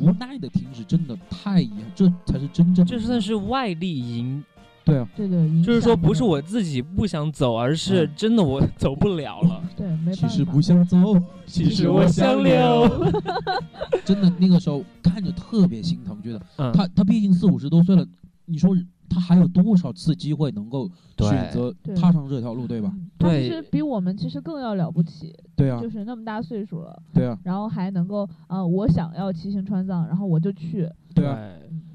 S5: 无奈的停止，真的太遗憾，这才是真正的
S1: 这算是外力引，
S5: 对啊，
S4: 这个影
S1: 就是说
S4: 响
S1: 不是
S4: 的
S1: 我自己不想走，而是真的我走不了了。
S4: 对，没
S5: 其实
S4: 办法嗯
S5: 不想走，
S1: 其实我想留。
S5: 真的那个时候看着特别心疼，觉得
S1: 嗯，
S5: 他他毕竟四五十多岁了，你说他还有多少次机会能够
S1: 对
S5: 选择
S4: 对
S5: 踏上这条路，对吧？
S4: 嗯他其
S1: 对
S4: 实比我们其实更要了不起，
S5: 对啊
S4: 就，是那么大岁数了，
S5: 对啊，
S4: 然后还能够啊、呃我想要骑行川藏，然后我就去，
S5: 对啊，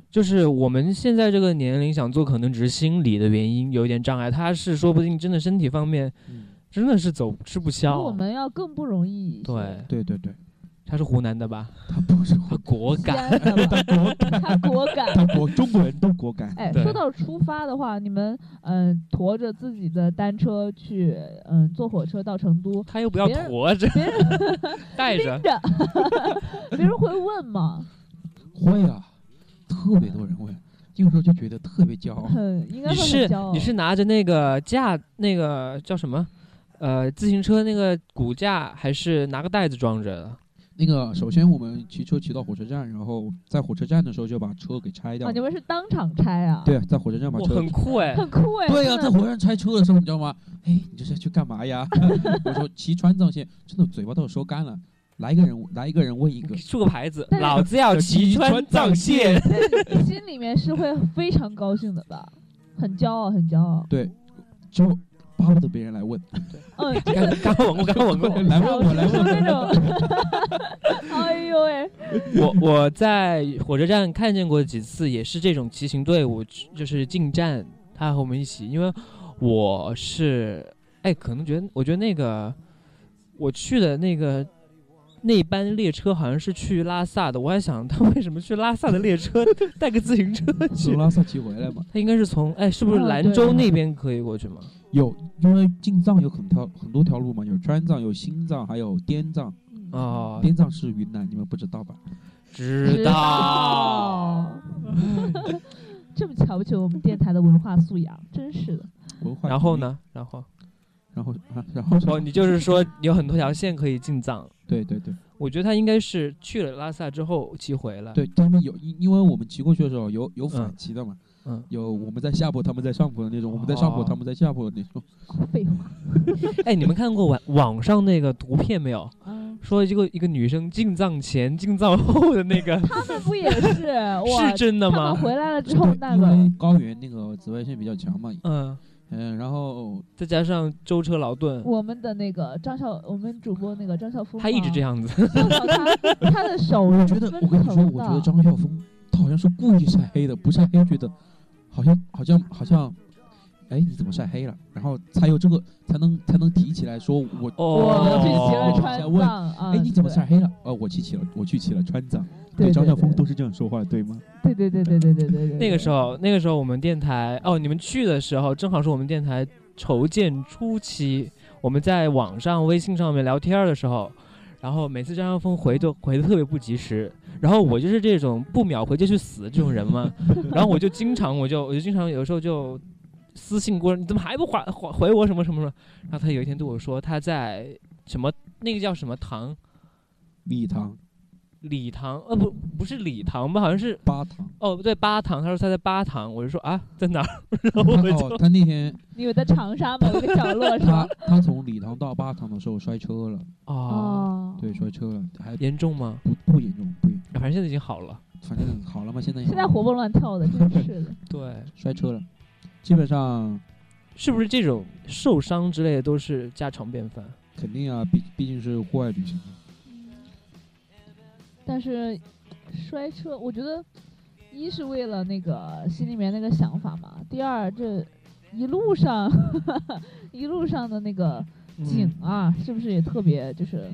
S1: 就是我们现在这个年龄想做，可能只是心理的原因有一点障碍，他是说不定真的身体方面
S5: 嗯
S1: 真的是走吃不
S4: 比我
S1: 消。啊
S4: 们要更不容易一些。
S1: 对，
S5: 对对对，
S1: 他是湖南的 吧？
S5: 他不是
S1: 他果
S4: 西
S1: 敢，
S4: 安 的吧，他果敢。
S5: 他国中国人都果敢，
S4: 哎，
S1: 对
S4: 说到出发的话，你们嗯、驮着自己的单车去，嗯、坐火车到成都，
S1: 他又不要
S4: 别人
S1: 驮着
S4: 别人
S1: 带着
S4: 着， 别人会问吗？
S5: 会啊，特别多人会，那个时候就觉得特别 骄傲。
S4: 很应该
S1: 你
S4: 会
S1: 是
S4: 很骄傲。
S1: 你是拿着那个架，那个叫什么？呃，自行车那个骨架，还是拿个袋子装着的？
S5: 那个，首先我们骑车骑到火车站，然后在火车站的时候就把车给拆掉
S4: 啊，
S5: 了。
S4: 你们是当场拆啊？，
S5: 对，在火车站把
S1: 哇，
S5: 车
S1: 很。酷哎！
S4: 很酷哎。
S5: 对
S4: 真
S5: 啊，
S4: 的
S5: 在火车站拆车的时候，你知道吗？哎，你这是要去干嘛呀？ 我说骑川藏线，真的嘴巴都说干了。来一个人，来一个人问一个，
S1: 竖个牌子，
S4: 但是
S1: 老子
S5: 啊
S1: 要骑川藏线。
S4: 你心里面是会非常高兴的吧？很骄傲，很骄傲。
S5: 就巴不得别人来问，
S4: 嗯，就
S1: 刚
S4: 是
S1: 刚刚吻过，刚吻过。
S5: 来问我，来问
S4: 说
S5: 我。
S4: 那种，哎呦喂，
S1: 我我在火车站看见过几次，也是这种骑行队伍，就是进站，他和我们一起，因为我是哎，可能觉得我觉得那个我去的那个。那班列车好像是去拉萨的，我还想他为什么去拉萨的列车带个自 行车
S5: 从
S1: 去？
S5: 拉萨骑回来嘛，
S1: 他应该是从哎，是不是
S4: 哦
S1: 兰
S4: 对
S1: 州那边可以过去吗？
S5: 有因为进藏有很条很多条路嘛，有川藏，有新藏，还有滇藏。
S1: 哦，
S5: 滇藏是云南，你们不知道吧？
S1: 知道。，
S4: 这么瞧不起我们电台的文化素养，真是的。
S5: 文化。
S1: 然后？呢？然后
S5: 然后啊，然后
S1: 哦，你就是说 有很多条线可以进藏。
S5: 对对对
S1: 我觉得他应该是去了拉萨之后骑回来。
S5: 对，他们有因因为我们骑过去的时候有有反
S1: 嗯
S5: 骑的嘛，
S1: 嗯，
S5: 有我们在下坡，他们在上坡的那种，我们在上坡，
S1: 哦
S5: 他们在下坡的那种。
S4: 哦废话，
S1: 哎，你们看过网网上那个图片没有？
S4: 嗯，
S1: 说一个一个女生进藏前、进藏后的那个，
S4: 他们不也是哇
S1: 是？真的
S4: 他们
S1: 吗？
S4: 回来了之后，
S5: 对，
S4: 那
S5: 因为
S4: 个
S5: 高原那个紫外线比较强嘛，
S1: 嗯，
S5: 嗯，然后
S1: 再加上舟车劳顿，
S4: 我们的那个张笑，我们主播那个张笑夫，
S1: 他一直这
S4: 样，
S1: 样子。
S4: 他他的手
S5: 我
S4: 是
S5: 觉
S4: 分层
S5: 得
S4: 的，
S5: 我跟你说，我觉得张晓峰他好像是故意晒黑的，不晒黑觉得好像好像好像，哎，你怎么晒黑了？然后才有这个才能才能提起来说我。
S4: 我去骑了
S1: 哦，
S5: 川
S4: 川藏啊！
S5: 哎，你怎么
S4: 对
S5: 晒黑了？呃，我去骑了，我去骑了川藏。
S4: 对对
S5: 张晓峰
S4: 对
S5: 都是这样说话，对吗？
S4: 对对对对对对对对。
S1: 那个时候，那个时候我们电台哦，你们去的时候正好是我们电台筹建初期，我们在网上、微信上面聊天儿的时候，然后每次张晓峰回都回的特别不及时，然后我就是这种不秒回就去死这种人嘛，然后我就经常我就我就经常有时候就私信过来，你怎么还不回回回我什么什么什么？然后他有一天对我说他在什么那个叫什么堂
S5: 米塘、
S1: 礼堂呃不不是礼堂吧，好像是
S5: 巴塘。
S1: 哦，对，巴塘，他说他在巴塘，我就说啊，在哪儿？ 然后我就、
S5: 哦，他那天
S4: 你有在长沙某一个角落
S1: 啊
S4: 是
S5: 他
S4: 吧？
S5: 他从礼堂到巴塘的时候摔车了，
S1: 哦，
S4: 哦，
S5: 对，摔车了，还
S1: 严重吗？
S5: 不不严重，不严重，
S1: 啊反正现在已经好了。
S5: 反正好了嘛，现在也
S4: 现在活蹦乱跳的，真是 的。
S1: 对，
S5: 摔车了，基本上
S1: 是不是这种受伤之类的都是家常便饭？
S5: 肯定啊，毕毕竟是户外旅行嘛，
S4: 但是摔车，我觉得一是为了那个心里面那个想法嘛，第二这一路上 一路上的那个景
S1: 嗯，
S4: 啊，是不是也特别就是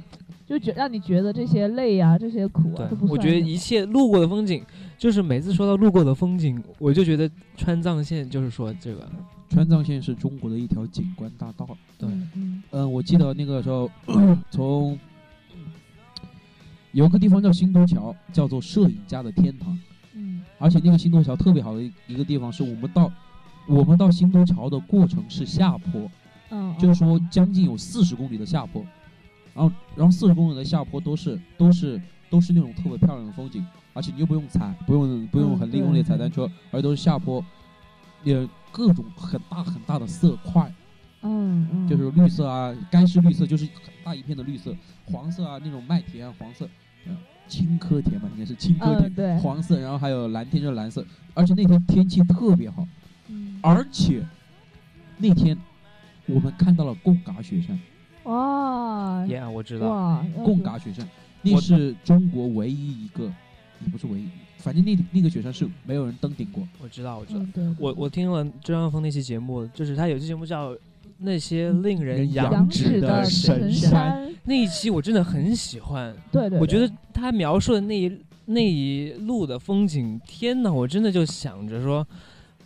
S4: 就觉让你觉得这些累啊，这些苦啊
S1: 对
S4: 都不，
S1: 我
S4: 算
S1: 觉得
S4: 什么
S1: 一切路过的风景，就是每次说到路过的风景，我就觉得川藏线就是说这个，
S5: 川藏线是中国的一条景观大道。
S1: 对
S4: 嗯嗯
S5: 嗯，我记得那个时候 从有个地方叫新都桥，叫做摄影家的天堂。
S4: 嗯
S5: 而且那个新都桥特别好的一个地方是我们到我们到新都桥的过程是下坡，
S4: 嗯，
S5: 就是
S4: 嗯
S5: 说将近有四十公里的下坡，然后然后四十公里的下坡都是都是都是那种特别漂亮的风景，而且你又不用踩，不用不用
S4: 嗯
S5: 很
S4: 对
S5: 利用力踩单车，而都是下坡，也各种很大很大的色块，
S4: 嗯嗯，
S5: 就是绿色啊，该是绿色，就是很大一片的绿色，黄色啊那种麦田啊黄色，呃青稞田吧，应该是青稞田
S4: 嗯，对，
S5: 黄色，然后还有蓝天就是蓝色，而且那天天气特别好，
S4: 嗯
S5: 而且那天我们看到了贡嘎雪山，
S4: 哇
S1: 耶、我知道，
S4: 嗯哇，要
S5: 贡
S4: 是
S5: 嘎雪山那
S1: 我
S5: 是中国唯一一个，也不是唯一，反正那那个雪山是没有人登顶过。
S1: 我知道，我知道。
S4: 嗯对，
S1: 我我听了周扬峰那期节目，就是他有期节目叫《那些
S4: 嗯
S1: 令人
S5: 人仰
S1: 仰
S4: 羊
S5: 指
S1: 止
S5: 指
S4: 的
S5: 的
S4: 神
S5: 神
S4: 山
S5: 山，
S1: 那一期，我真的很喜欢。
S4: 对对，
S1: 我觉
S4: 对
S1: 得他描述的那一那一路的风景，天呐，我真的就想着说，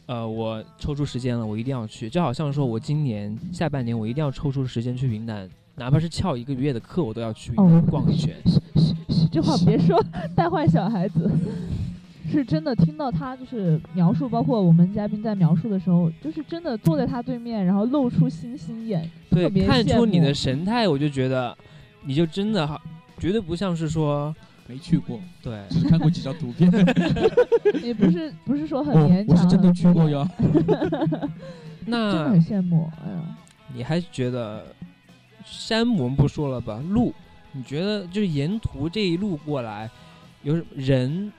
S1: 呃，我抽出时间了，我一定要去。就好像说我今年下半年，我一定要抽出时间去云南，哪怕是翘一个月的课，我都要去云
S4: 哦
S1: 南逛一 圈。
S4: 嘘嘘嘘，这话别说， 带坏小孩子。 是真的听到他就是描述，包括我们嘉宾在描述的时候，就是真的坐在他对面，然后露出星星眼，
S1: 对
S4: 特，别
S1: 看
S4: 羡
S1: 出你的
S4: 慕
S1: 神态，我就觉得，你就真的好，绝对不像是说，
S5: 没去过，
S1: 对，
S5: 只是看过几张图片。
S4: 也不是不是说很
S5: 我
S4: 勉强，
S5: 哦我是真的
S4: 很
S5: 去过哟，
S4: 真的
S1: 那
S4: 很羡慕。哎呀，
S1: 你还觉得山我们不说了吧？路，你觉得就是沿途这一路过来，有什人，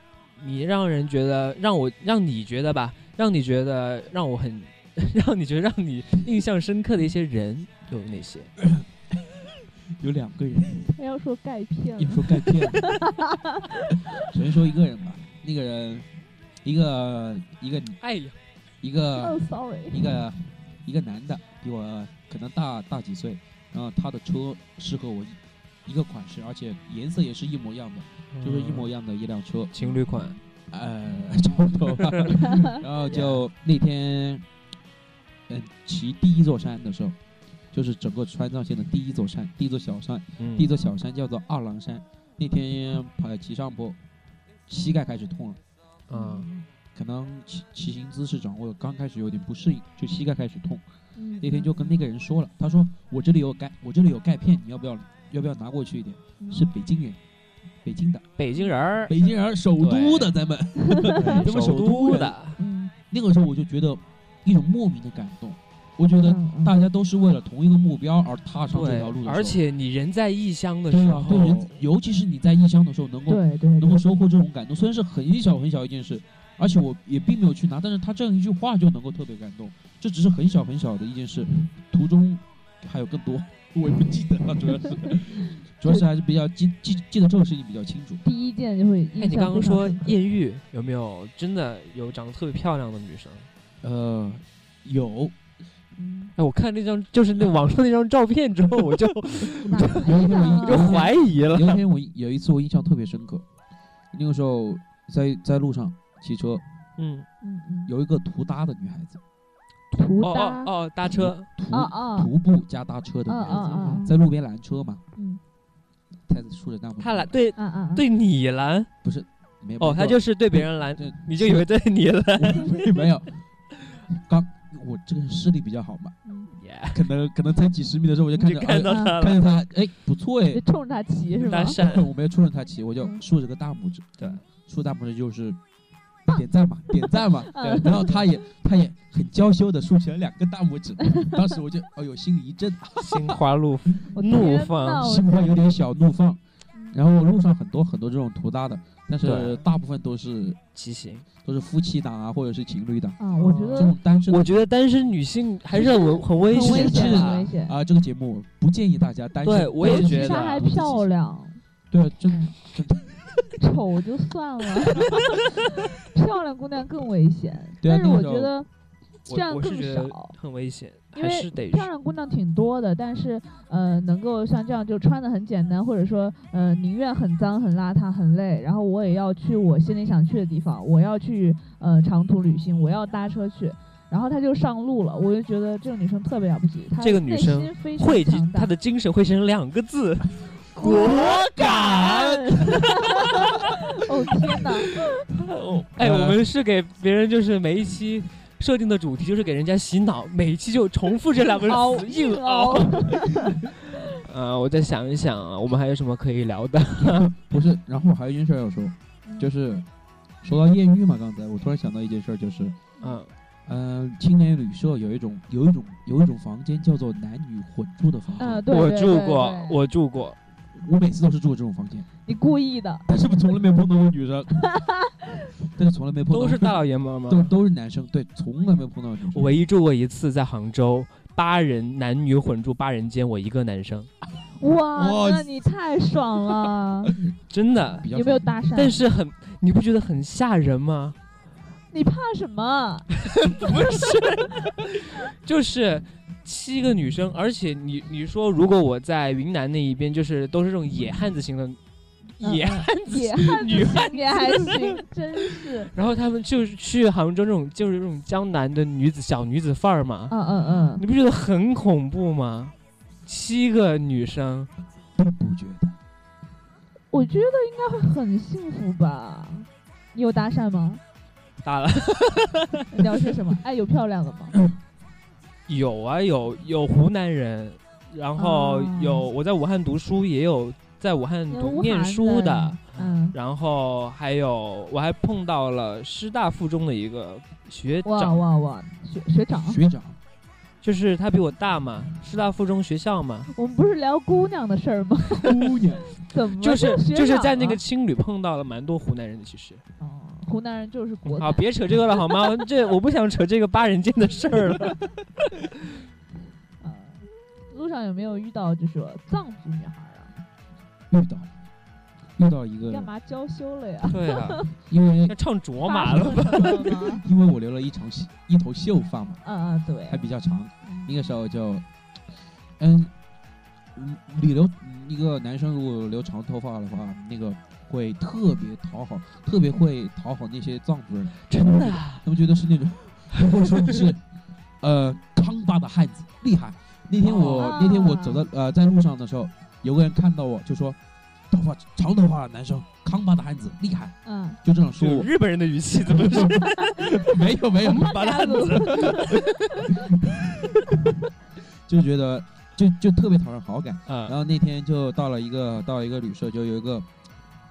S1: 你让人觉得让我让你觉得吧，让你觉得让我很 让你觉得让你印象深刻的一些人有哪些？
S5: 有两个人，
S4: 他要说钙片
S5: 一
S4: 了，
S5: 说钙片， 首先说一个人吧，那个人，一个一个
S1: 哎呀，
S5: 一个
S4: 哦，sorry，
S5: 一个一个男的，比我可能大大几岁，然后他的车是和我一一个款式，而且颜色也是一模一样的，就是一模一样的一辆车，
S1: 情侣款，
S5: 呃，差不多吧。 然后就那天，嗯，骑第一座山的时候，就是整个川藏线的第一座山，第一座小山，
S1: 嗯
S5: 第一座小山叫做二郎山。那天跑骑上坡，膝盖开始痛了。
S1: 嗯，
S5: 可能骑骑行姿势掌握的刚开始有点不适应，就膝盖开始痛，
S4: 嗯
S5: 那天就跟那个人说了，他说我这里有钙，我这里有钙片，你要不要？要不要拿过去一点？
S4: 嗯
S5: 是北京人，北京的，
S1: 北京人儿，
S5: 北京人，首都的， 咱们。
S1: 对
S5: 这不首都
S1: 都
S5: 人
S1: 的，
S4: 嗯
S5: 那个时候我就觉得一种莫名的感动，我觉得
S4: 嗯
S5: 大家都是为了同一个目标而踏上这
S1: 对
S5: 条路的时，候
S1: 而且你人在异乡的时
S5: 对啊，对人
S1: 候，，
S5: 尤其是你在异乡的时候，能够
S4: 对对
S5: 能
S4: 对
S5: 够收获这种感动，虽然是很小很小一件事，而且我也并没有去拿，但是他这样一句话就能够特别感动。这只是很小很小的一件事，途中还有更多，我也不记得了，主要 是主要是还是比较记记记得这个事情比较清楚。
S4: 第一件就会印
S1: 哎，
S4: 象
S1: 你刚刚
S4: 非常
S1: 说
S4: 深刻
S1: 艳遇有没有真的有长得特别漂亮的女生？
S5: 呃， 有
S4: 嗯
S1: 哎，我看那张就是那网上那张照片之后，我 就
S4: 哪
S5: 有
S4: 一个
S5: 一个
S4: 啊
S5: 人
S1: 就怀疑了。
S5: 有一天我有一次我印象特别深刻，那个时候在在路上骑车，
S1: 嗯，
S4: 嗯嗯，
S5: 有一个图搭的女孩子，
S4: 图
S1: 哦哦
S4: 搭
S1: 哦，哦搭车，
S5: 徒
S4: 啊啊
S5: 徒步加搭车的
S4: 啊
S5: 女
S4: 啊
S5: 孩子，
S4: 啊，
S5: 在路边拦车嘛，
S4: 嗯
S5: 他竖着大拇指，
S1: 他来对
S4: 啊啊啊，
S1: 对你拦，
S5: 没
S1: 哦，他
S5: 没
S1: 就是对别人拦，
S5: 这
S1: 你就以为对你拦。
S5: 没有，刚我这个人视力比较好嘛，
S4: 嗯，
S5: 可能可能才几十米的时候我就看
S1: 你就
S5: 着，
S1: 看
S5: 哎
S1: 到他了，
S5: 看着他，哎，不错哎
S4: 就，冲着他骑是
S1: 搭
S4: 吗？
S1: 讪。
S5: 我没有冲着嗯他骑，我就
S4: 嗯
S5: 竖着个大拇指，
S1: 对，
S5: 竖大拇指就是点赞嘛，点赞嘛，
S4: 嗯
S5: 对，然后他也他也很娇羞的竖起了两个大拇指，当时我就哎呦心里一震，
S1: 心花怒放，
S4: 我
S1: 怒
S4: 天
S1: 放
S4: 呐我
S5: 心花有点小怒放。
S4: 哦嗯
S5: 然后路上很多很多这种图搭的，但
S1: 对
S5: 是大部分都是
S1: 骑行。
S5: 都是夫妻档啊，或者是情侣档，
S4: 啊，我觉
S5: 这
S4: 得
S5: 种单身的
S1: 我觉得单身女性还是很很危
S4: 很危
S1: 险
S4: 险，
S5: 是
S4: 很危
S1: 的。
S4: 险。
S5: 啊，这个节目不建议大家单身。
S1: 对我也
S5: 单身
S1: 觉得啊
S5: 去
S4: 她
S5: 打
S4: 还
S5: 独自
S4: 漂
S5: 骑。
S4: 亮，
S5: 对，真
S4: 丑就算了，漂亮姑娘更危险。
S5: 对 啊
S4: 但是我
S5: 那种
S4: 觉得，这样
S1: 我我是
S4: 更
S1: 觉得
S4: 少。
S1: 很危险，
S4: 因
S1: 还
S4: 为
S1: 是得
S4: 漂亮姑娘挺多的，但是呃，能够像这样就穿的很简单，或者说呃，宁愿很脏、很邋遢、很累，然后我也要去我心里想去的地方，我要去呃长途旅行，我要搭车去。然后她就上路了，我就觉得这个女生特别了不起，她
S1: 这个
S4: 内
S1: 女生
S4: 心非常
S1: 汇集
S4: 强大
S1: 他的精神汇集成两个字，
S4: 果
S1: 敢。
S4: 哦天哪！
S1: 哦，哎，我们是给别人就是每一期设定的主题就是给人家洗脑，每一期就重复 这两个
S4: 凹
S1: 词，硬啊
S4: 硬哦
S1: 凹
S4: 凹。
S1: 呃，我再想一想啊，我们还有什么可以聊的？
S5: 不是，然后还有一件事儿要说，
S4: 嗯
S5: 就是说到艳遇嘛，刚才我突然想到一件事儿，就是
S1: 嗯，
S5: 呃，青年旅社有一种有一种有一种房间叫做男女混住的房间，
S4: 嗯，对，
S1: 我
S4: 对
S1: 住
S4: 对
S1: 过
S4: 对，
S1: 我住过，
S5: 我每次都是住这种房间，
S4: 你故意的，
S5: 但是我从来没有碰到过 女生，但是从来没碰到
S1: 都是大
S5: 过
S1: 老爷们儿吗？
S5: 都都是男生，对，从来没有碰到过女生。
S1: 我唯一住过一次在杭州，八人男女混住八人间，我一个男生，
S4: 哇
S5: 哇，
S4: 那你太爽 了！
S1: 真的。
S5: 比较
S4: 有没有
S5: 少见
S4: 搭讪？
S1: 但是很，你不觉得很吓人吗？
S4: 你怕什么？
S1: 不是， 就是七个女生，而且你你说如果我在云南那一边，就是都是这种野汉子型的，
S4: 嗯
S1: 野
S4: 嗯
S1: 汉子
S4: 野汉
S1: 女
S4: 子
S1: 汉
S4: 青 年还行，真是，
S1: 然后他们就是去杭州这种就是这种江南的女子小女子范儿嘛，
S4: 嗯嗯
S1: 你不觉得很恐怖吗？七个女生，
S5: 并不觉得，
S4: 嗯，我觉得应该会很幸福吧。你有搭讪吗？
S1: 打了
S4: 聊些什么？哎，有漂亮的吗？
S1: 嗯有啊有有湖南人，然后
S4: 啊
S1: 有、我在武汉读书，也有在武汉
S4: 有
S1: 读
S4: 武
S1: 念
S4: 汉
S1: 书的
S4: 的，嗯，
S1: 然后还有我还碰到了师大附中的一个学
S4: 哇哦
S1: 长，
S4: 哇哇，学学长，
S5: 学长，
S1: 就是他比我大嘛，师大附中学校嘛，
S4: 我们不是聊姑娘的事儿吗？
S5: 姑娘，
S4: 怎么
S1: 就是
S4: 学啊
S1: 就是
S4: 长
S1: 在那
S4: 了
S1: 个青旅碰到了蛮多湖南人的，其实。
S4: 哦湖南人就是国
S1: 好，
S4: 难
S1: 别扯这个了好吗？这我不想扯这个八人间的事儿 了。
S4: 呃，路上有没有遇到就是说藏族女孩儿啊？
S5: 遇到遇到一
S4: 干
S5: 个，
S4: 嘛娇羞了呀？
S1: 对啊，
S5: 因为
S1: 要唱卓
S4: 发
S1: 玛
S4: 生
S1: 了。
S4: 了什么吗？
S5: 因为我留了一长一头秀发嘛，
S4: 嗯嗯，对
S5: 还，比较长，那
S4: 嗯
S5: 个时候就，嗯，嗯你留一个男生如果留长头发的话，那个会特别讨好，特别会讨好那些藏族人，
S1: 真的啊
S5: 他们觉得是那种，他们会说你是，呃，康巴的汉子，厉害。那天我、
S4: 哦
S5: 那天我走在呃在路上的时候，有个人看到我就说，头发长头发的男生，康巴的汉子，厉害，
S4: 嗯，
S5: 就这样说
S1: 就
S5: 我。
S1: 日本人的语气怎么 说？
S5: 没有没有，
S1: 把他子
S5: 就觉得就就特别讨人好感。然
S1: 啊，
S4: 嗯
S5: 后那天就到了一个到了一个旅社，就有一个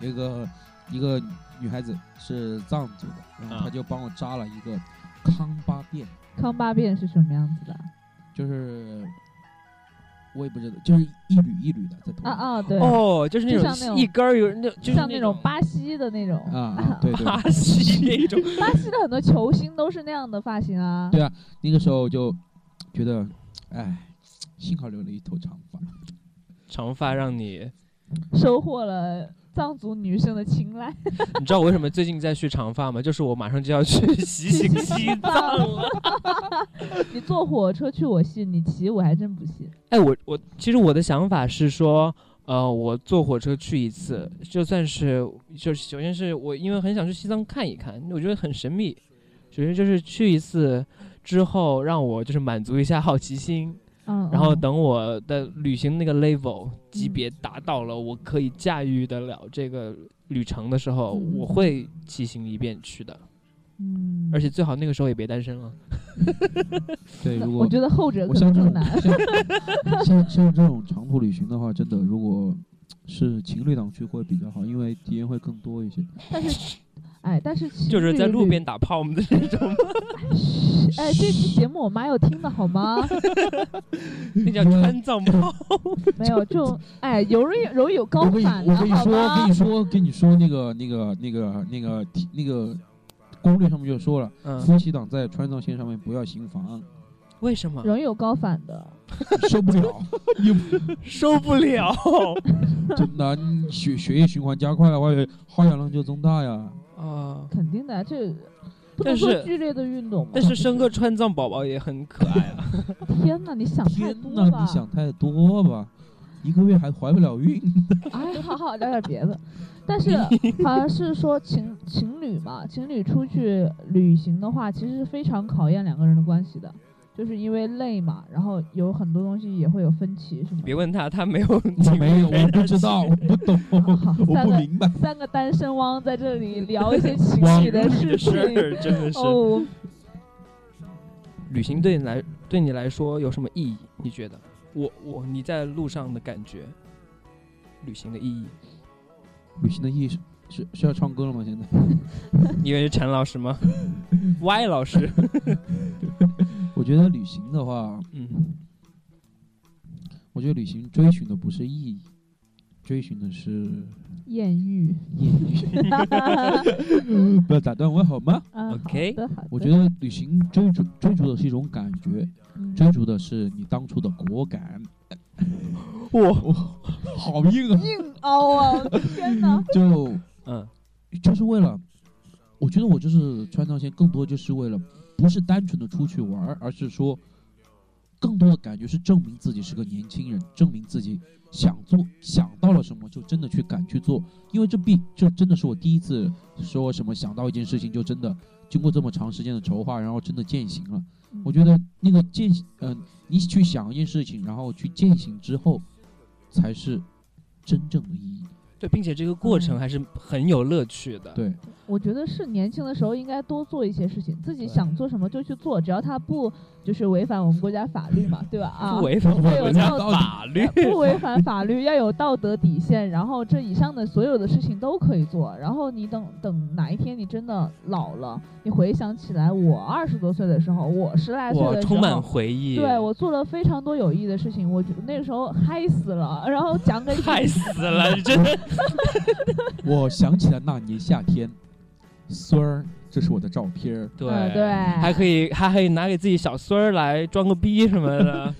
S5: 有一个一个女孩子是藏族的，然后
S1: 啊
S5: 她就帮我扎了一个康巴辫，
S4: 康巴辫是什么样子的？
S5: 就是我也不知道，就是一缕一缕的在头
S4: 啊
S5: 上啊
S4: 啊，对，
S1: 哦，就是
S4: 就
S1: 那
S4: 像那
S1: 种
S4: 种
S1: 一根儿有那，就是
S4: 像
S1: 那
S4: 种 巴西的那种，
S5: 啊，对对，
S1: 巴西那种。
S4: 巴西的很多球星都是那样的发型啊。
S5: 对那个时候就觉得，哎，幸好留了一头长发，
S1: 长发让你，
S4: 收获了藏族女生的青睐。
S1: 你知道我为什么最近在蓄长发吗？就是我马上就要去 洗洗西藏了。
S4: 你坐火车去我信，你骑我还真不信。
S1: 哎，我我其实我的想法是说，呃，我坐火车去一次，就算是就是首先是我因为很想去西藏看一看，我觉得很神秘。首先就是去一次之后，让我就是满足一下好奇心，
S4: 嗯，
S1: 然后
S4: 嗯
S1: 等我的旅行那个 level 级别达到了，我可以驾驭得了这个旅程的时候，
S4: 嗯
S1: 我会骑行一遍去的。
S4: 嗯，
S1: 而且最好那个时候也别单身了。
S5: 对，如
S4: 我
S5: 果
S4: 觉得后者
S5: 我
S4: 可
S5: 像
S4: 能
S5: 这
S4: 更
S5: 种
S4: 难。
S5: 像像像这种长途旅行的话，真的如果是情侣档去会比较好，因为体验会更多一些。
S4: 但是，哎，但是情
S1: 就是在
S4: 侣
S1: 路
S4: 旅
S1: 边打炮我们的那种，
S4: 嘘 哎，这期节目我妈要听的好 吗？
S1: 那叫川藏炮。
S4: 没有，就哎，有人有人有高
S5: 我跟你
S4: 反的
S5: 我跟你
S4: 好
S5: 说，
S4: 吗
S5: 跟你说，跟你说那个那个那个那个题那个攻略上面就说了，
S1: 嗯，
S5: 夫妻档在川藏线上面不要行房，
S1: 为什么
S4: 容易有高反的，
S5: 受不了，
S1: 受不了？
S5: 真的，你血血液循环加快的话，耗氧量就增大呀。
S1: 啊，
S4: 肯定的，这不
S1: 但
S4: 能说
S1: 是
S4: 剧烈的运动嘛。
S1: 但是生个川藏宝宝也很可爱 啊。
S4: 天哪，你想太
S5: 天
S4: 多
S5: 呐，
S4: 了。
S5: 你想太多吧？一个月还怀不 了孕，
S4: 哎，好好聊点别的。但 是好像是说情情侣嘛，情侣出去旅行的话，其实是非常考验两个人的关系的，就是因为累嘛，然后有很多东西也会有分歧什么
S1: 别
S4: 的。
S1: 问他，他没 有
S5: 我没有，我不知道，我不懂，
S4: 好
S5: 我
S4: 三
S5: 不
S4: 个
S5: 明白。
S4: 三个单身汪在这里聊一 些情
S5: 汪
S4: 侣的事
S1: 事
S4: 情。
S1: 儿，真 的是。
S4: 哦，
S1: 旅行对你来对你来说有什么意义？你觉得？我我你在路上的感觉，旅行的意义？
S5: 旅行的意义是是是要唱歌了吗？现在
S1: 你以为是陈老师 吗？Y 老师，
S5: 我觉得旅行的话，
S1: 嗯，
S5: 我觉得旅行追寻的不是意义，追寻的是
S4: 艳 遇。
S5: 艳遇。 不要打断我好吗？
S4: 嗯
S1: OK
S4: 啊好的好的。
S5: 我觉得旅行追逐追逐的是一种感觉，
S4: 嗯
S5: 追逐的是你当初的果敢。
S1: 我
S5: 好硬啊！
S4: 硬凹啊！我的天哪！
S5: 就
S1: 嗯，
S5: 就是为了，我觉得我就是川藏线，更多就是为了不是单纯的出去玩儿，而是说更多的感觉是证明自己是个年轻人，证明自己想做想到了什么就真的去敢去做，因为这必这真的是我第一次说什么想到一件事情就真的经过这么长时间的筹划，然后真的践行了。我觉得那个践行，嗯、你去想一件事情，然后去践行之后，才是真正的意义。
S1: 对，并且这个过程还是很有乐趣的。
S5: 对，
S4: 我觉得是年轻的时候应该多做一些事情，自己
S1: 对
S4: 想做什么就去做，只要他不就是违反我们国家法律嘛，对吧？啊，
S1: 不违反
S4: 对
S1: 国家
S4: 我知道
S1: 法律。
S4: 不违反法律，要有道德底线，然后这以上的所有的事情都可以做。然后你等等哪一天你真的老了，你回想起来，我二十多岁的时候，我十来岁
S1: 我
S4: 的时候，
S1: 充满回忆，
S4: 对我做了非常多有益的事情，我觉得那个时候嗨死了，然后讲给你
S1: 害死了，你真的。
S5: 我想起了那年夏天，孙儿，这是我的照片儿，
S1: 对、
S4: 嗯对
S1: 还可以还可以拿给自己小孙儿来装个逼什么 的。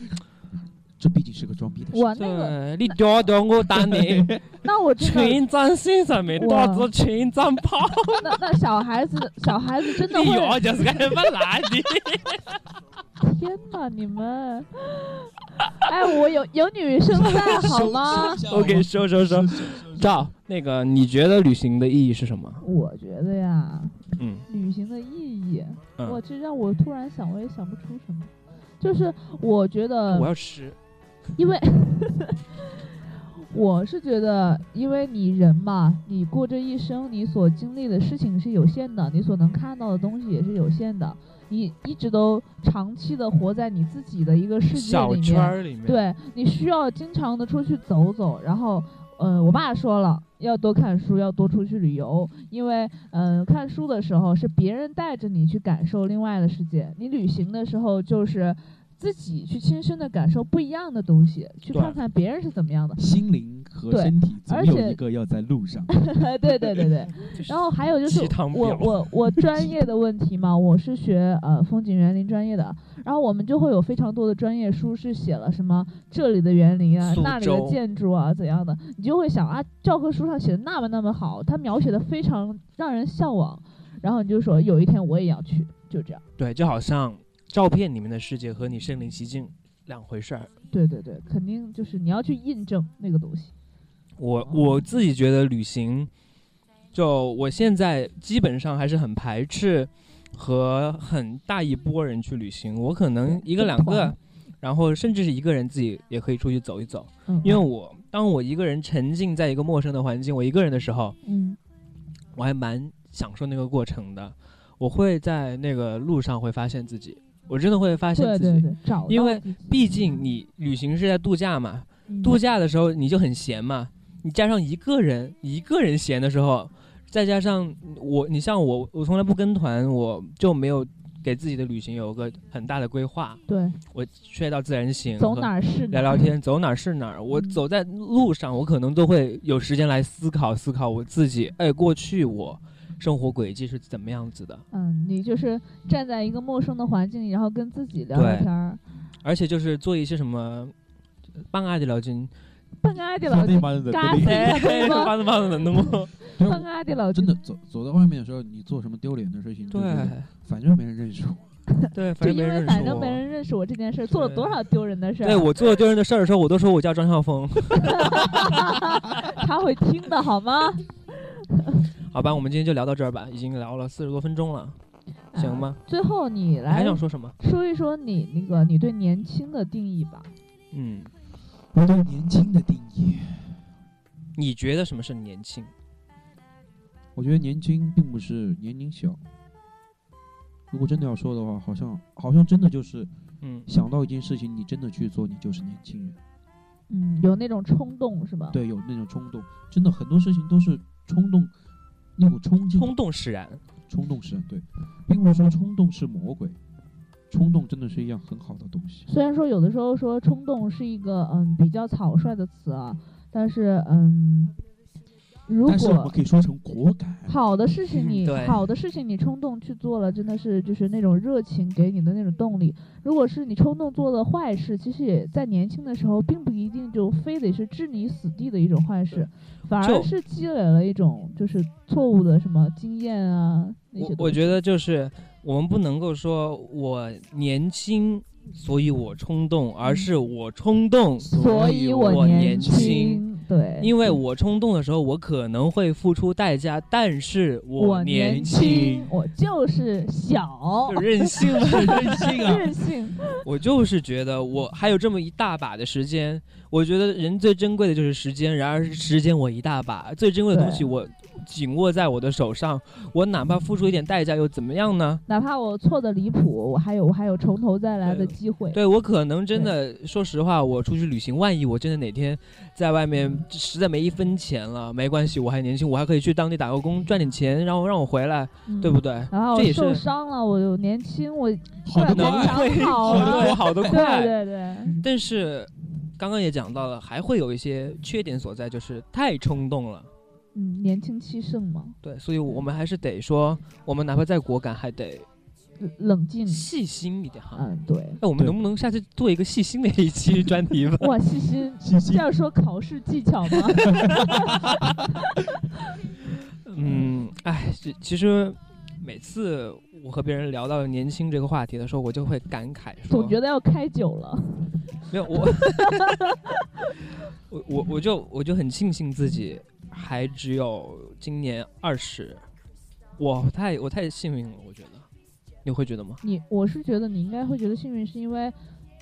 S5: 这毕竟是个装逼的事。
S4: 我那个，
S1: 对，你屌屌我打你，
S4: 那我真的
S1: 全掌心上面
S4: 哇
S1: 打着全掌 炮，
S4: 那那小孩子，小孩子真的
S1: 你
S4: 会，
S1: 要就是个不来 的。
S4: 天哪，你们！ 哎，我有有女 生在好吗？
S1: OK，收收
S4: 嗯
S1: 收，赵，那个你觉得旅行的意义是什么？
S4: 我觉得呀，
S1: 嗯
S4: 旅行的意义，
S1: 嗯，
S4: 我这让我突然想，我也想不出什么。就是我觉得
S1: 我，要吃，
S4: 因为 我是觉得，因为你人嘛，你过这一生，你所经历的事情是有限的，你所能看到的东西也是有限的。你一直都长期的活在你自己的一个世界
S1: 小
S4: 里
S1: 圈
S4: 面，
S1: 儿里面，，
S4: 对呃你需要经常的出去走走，然后，呃，我爸说了，要多看书，要多出去旅游，因为，呃，看书的时候是别人带着你去感受另外的世界，你旅行的时候就是自己去亲身的感受不一样的东西，去
S1: 对
S4: 看看别人是怎么样的。
S5: 心灵和
S4: 对
S5: 身体总
S4: 而
S5: 有
S4: 且
S5: 一个要在路上。
S4: 对对对对。然后还有就是
S1: 鸡汤
S4: 我
S1: 婊
S4: 我我专业的问题嘛，我是学呃风景园林专业的，然后我们就会有非常多的专业书是写了什么这里的园林啊
S1: 苏，
S4: 那里
S1: 州
S4: 的建筑啊怎样的，你就会想啊，教科书上写的那么那么好，它描写的非常让人向往，然后你就说有一天我也要去，就这样。
S1: 对，就好像照片里面的世界和你身临其境两回事儿。
S4: 对对对，肯定就是你要去印证那个东西。
S1: 我
S4: 哦
S1: 我自己觉得旅行，就我现在基本上还是很排斥和很大一波人去旅行，我可能一个
S4: 跟
S1: 两个
S4: 团，
S1: 然后甚至是一个人自己也可以出去走一走，
S4: 嗯，
S1: 因为我当我一个人沉浸在一个陌生的环境，我一个人的时候，
S4: 嗯
S1: 我还蛮享受那个过程的。我会在那个路上会发现自己，我真的会发现
S4: 对
S1: 自己，
S4: 对对，找
S1: 因
S4: 到
S1: 为
S4: 自己
S1: 毕竟你旅行是在度假嘛，
S4: 嗯
S1: 度假的时候你就很闲嘛，你加上一个人一个人闲的时候，再加上我，你像我，我从来不跟团，我就没有给自己的旅行有个很大的规划，
S4: 对
S1: 我去到自然醒，
S4: 走哪儿是哪
S1: 聊聊
S4: 儿
S1: 天，走哪儿是哪儿。我
S4: 嗯
S1: 走在路上，我可能都会有时间来思考思考我自己，哎，过去我生活轨迹是怎么样子的，
S4: 嗯，你就是站在一个陌生的环境，然后跟自己聊聊
S1: 对
S4: 天儿，
S1: 而且就是做一些什么，帮阿迪聊金。
S4: 蹦阿 迪老
S5: 说
S4: 师
S5: 那，帮人的
S4: 嘎
S5: 对立
S4: 死哎
S1: 哎，棒子棒子能 吗？
S5: 对
S4: 蹦阿迪老师
S5: 真的，走走到外面的时候，你做什么丢脸的事情？
S1: 对
S5: 就是反正没人认识我。
S1: 对，
S4: 就
S1: 反正没人
S4: 因为
S1: 认识
S4: 反正没
S1: 我
S4: 人认识我这件事，做了
S1: 对
S4: 多少丢人的事儿，
S1: 对我做丢人的事儿的时候，我都说我叫张笑峰。
S4: 他会听的好吗？
S1: 好吧，我们今天就聊到这儿吧，已经聊了四十多分钟了， 行吗？
S4: 最后你
S1: 你还
S4: 来
S1: 想说什么？
S4: 说一说你那个你对年轻的定义吧。
S1: 嗯，
S5: 我对年轻的定义，
S1: 你觉得什么是年轻？
S5: 我觉得年轻并不是年龄小。如果真的要说的话，好像好像真的就是
S1: 嗯，
S5: 想到一件事情，你真的去做，你就是年轻人。
S4: 嗯，有那种冲动是吧？，
S5: 对，有那种冲动，真的很多事情都是冲动，那股冲劲，
S1: 冲动使然。
S5: 冲动是对，并不是说冲动是魔鬼，冲动真的是一样很好的东西。
S4: 虽然说有的时候说冲动是一个嗯比较草率的词啊，但是嗯，如
S5: 但是我们
S4: 果
S5: 可以说成果敢，
S4: 好的事情
S1: 嗯
S4: 你、
S1: 对
S4: 好的事情你冲动去做了，真的是就是那种热情给你的那种动力。如果是你冲动做的坏事，其实也在年轻的时候并不一定就非得是置你死地的一种坏事，反
S1: 就
S4: 而是积累了一种就是错误的什么经验啊那些
S1: 我
S4: 东西。
S1: 我觉得就是我们不能够说我年轻，所以我冲动，而是我冲动，
S4: 嗯所以
S1: 我
S4: 年
S1: 年轻
S4: 轻，对，
S1: 因为我冲动的时候，我可能会付出代价，但是
S4: 我
S1: 年
S4: 轻，，我就是小
S1: 就，任性吧，任性啊！
S4: 任性。
S1: 我就是觉得我还有这么一大把的时间，我觉得人最珍贵的就是时间，然而时间我一大把，最珍贵的东西
S4: 对
S1: 我紧握在我的手上，我哪怕付出一点代价又怎么样呢？
S4: 哪怕我错的离谱，我还有我还有从头再来的机会。
S1: 对我可能真的，说实话，我出去旅行，万一我真的哪天在外面
S4: 嗯
S1: 实在没一分钱了，没关系，我还年轻，我还可以去当地打个工赚点钱，然后让我回来，
S4: 嗯
S1: 对不？对？
S4: 然后
S1: 这也是
S4: 受伤了，我有年轻，我
S5: 好的
S4: 对
S5: 快
S1: 能
S4: 长
S1: 会
S4: 跑
S1: 好
S4: 了
S1: 得，好得快，
S4: 啊对对对，
S1: 但是刚刚也讲到了，还会有一些缺点所在，就是太冲动了。
S4: 嗯，年轻气盛嘛，
S1: 对，所以我们还是得说，我们哪怕再果敢，还得
S4: 冷冷静，
S1: 细心一点哈。
S4: 嗯，对。
S1: 哎，我们
S5: 对
S1: 能不能下次做一个细心的一期专题 吧？
S4: 哇，细心，
S5: 信
S4: 这
S5: 息
S4: 样说考试技巧吗？
S1: 嗯，哎，这其实每次我和别人聊到年轻这个话题的时候，我就会感慨说，
S4: 总觉得要开酒了。
S1: 没有我，我我我就我就很庆幸自己还只有今年二十，我太我太幸运了，我觉得，你会觉得吗？
S4: 你，我是觉得你应该会觉得幸运，是因为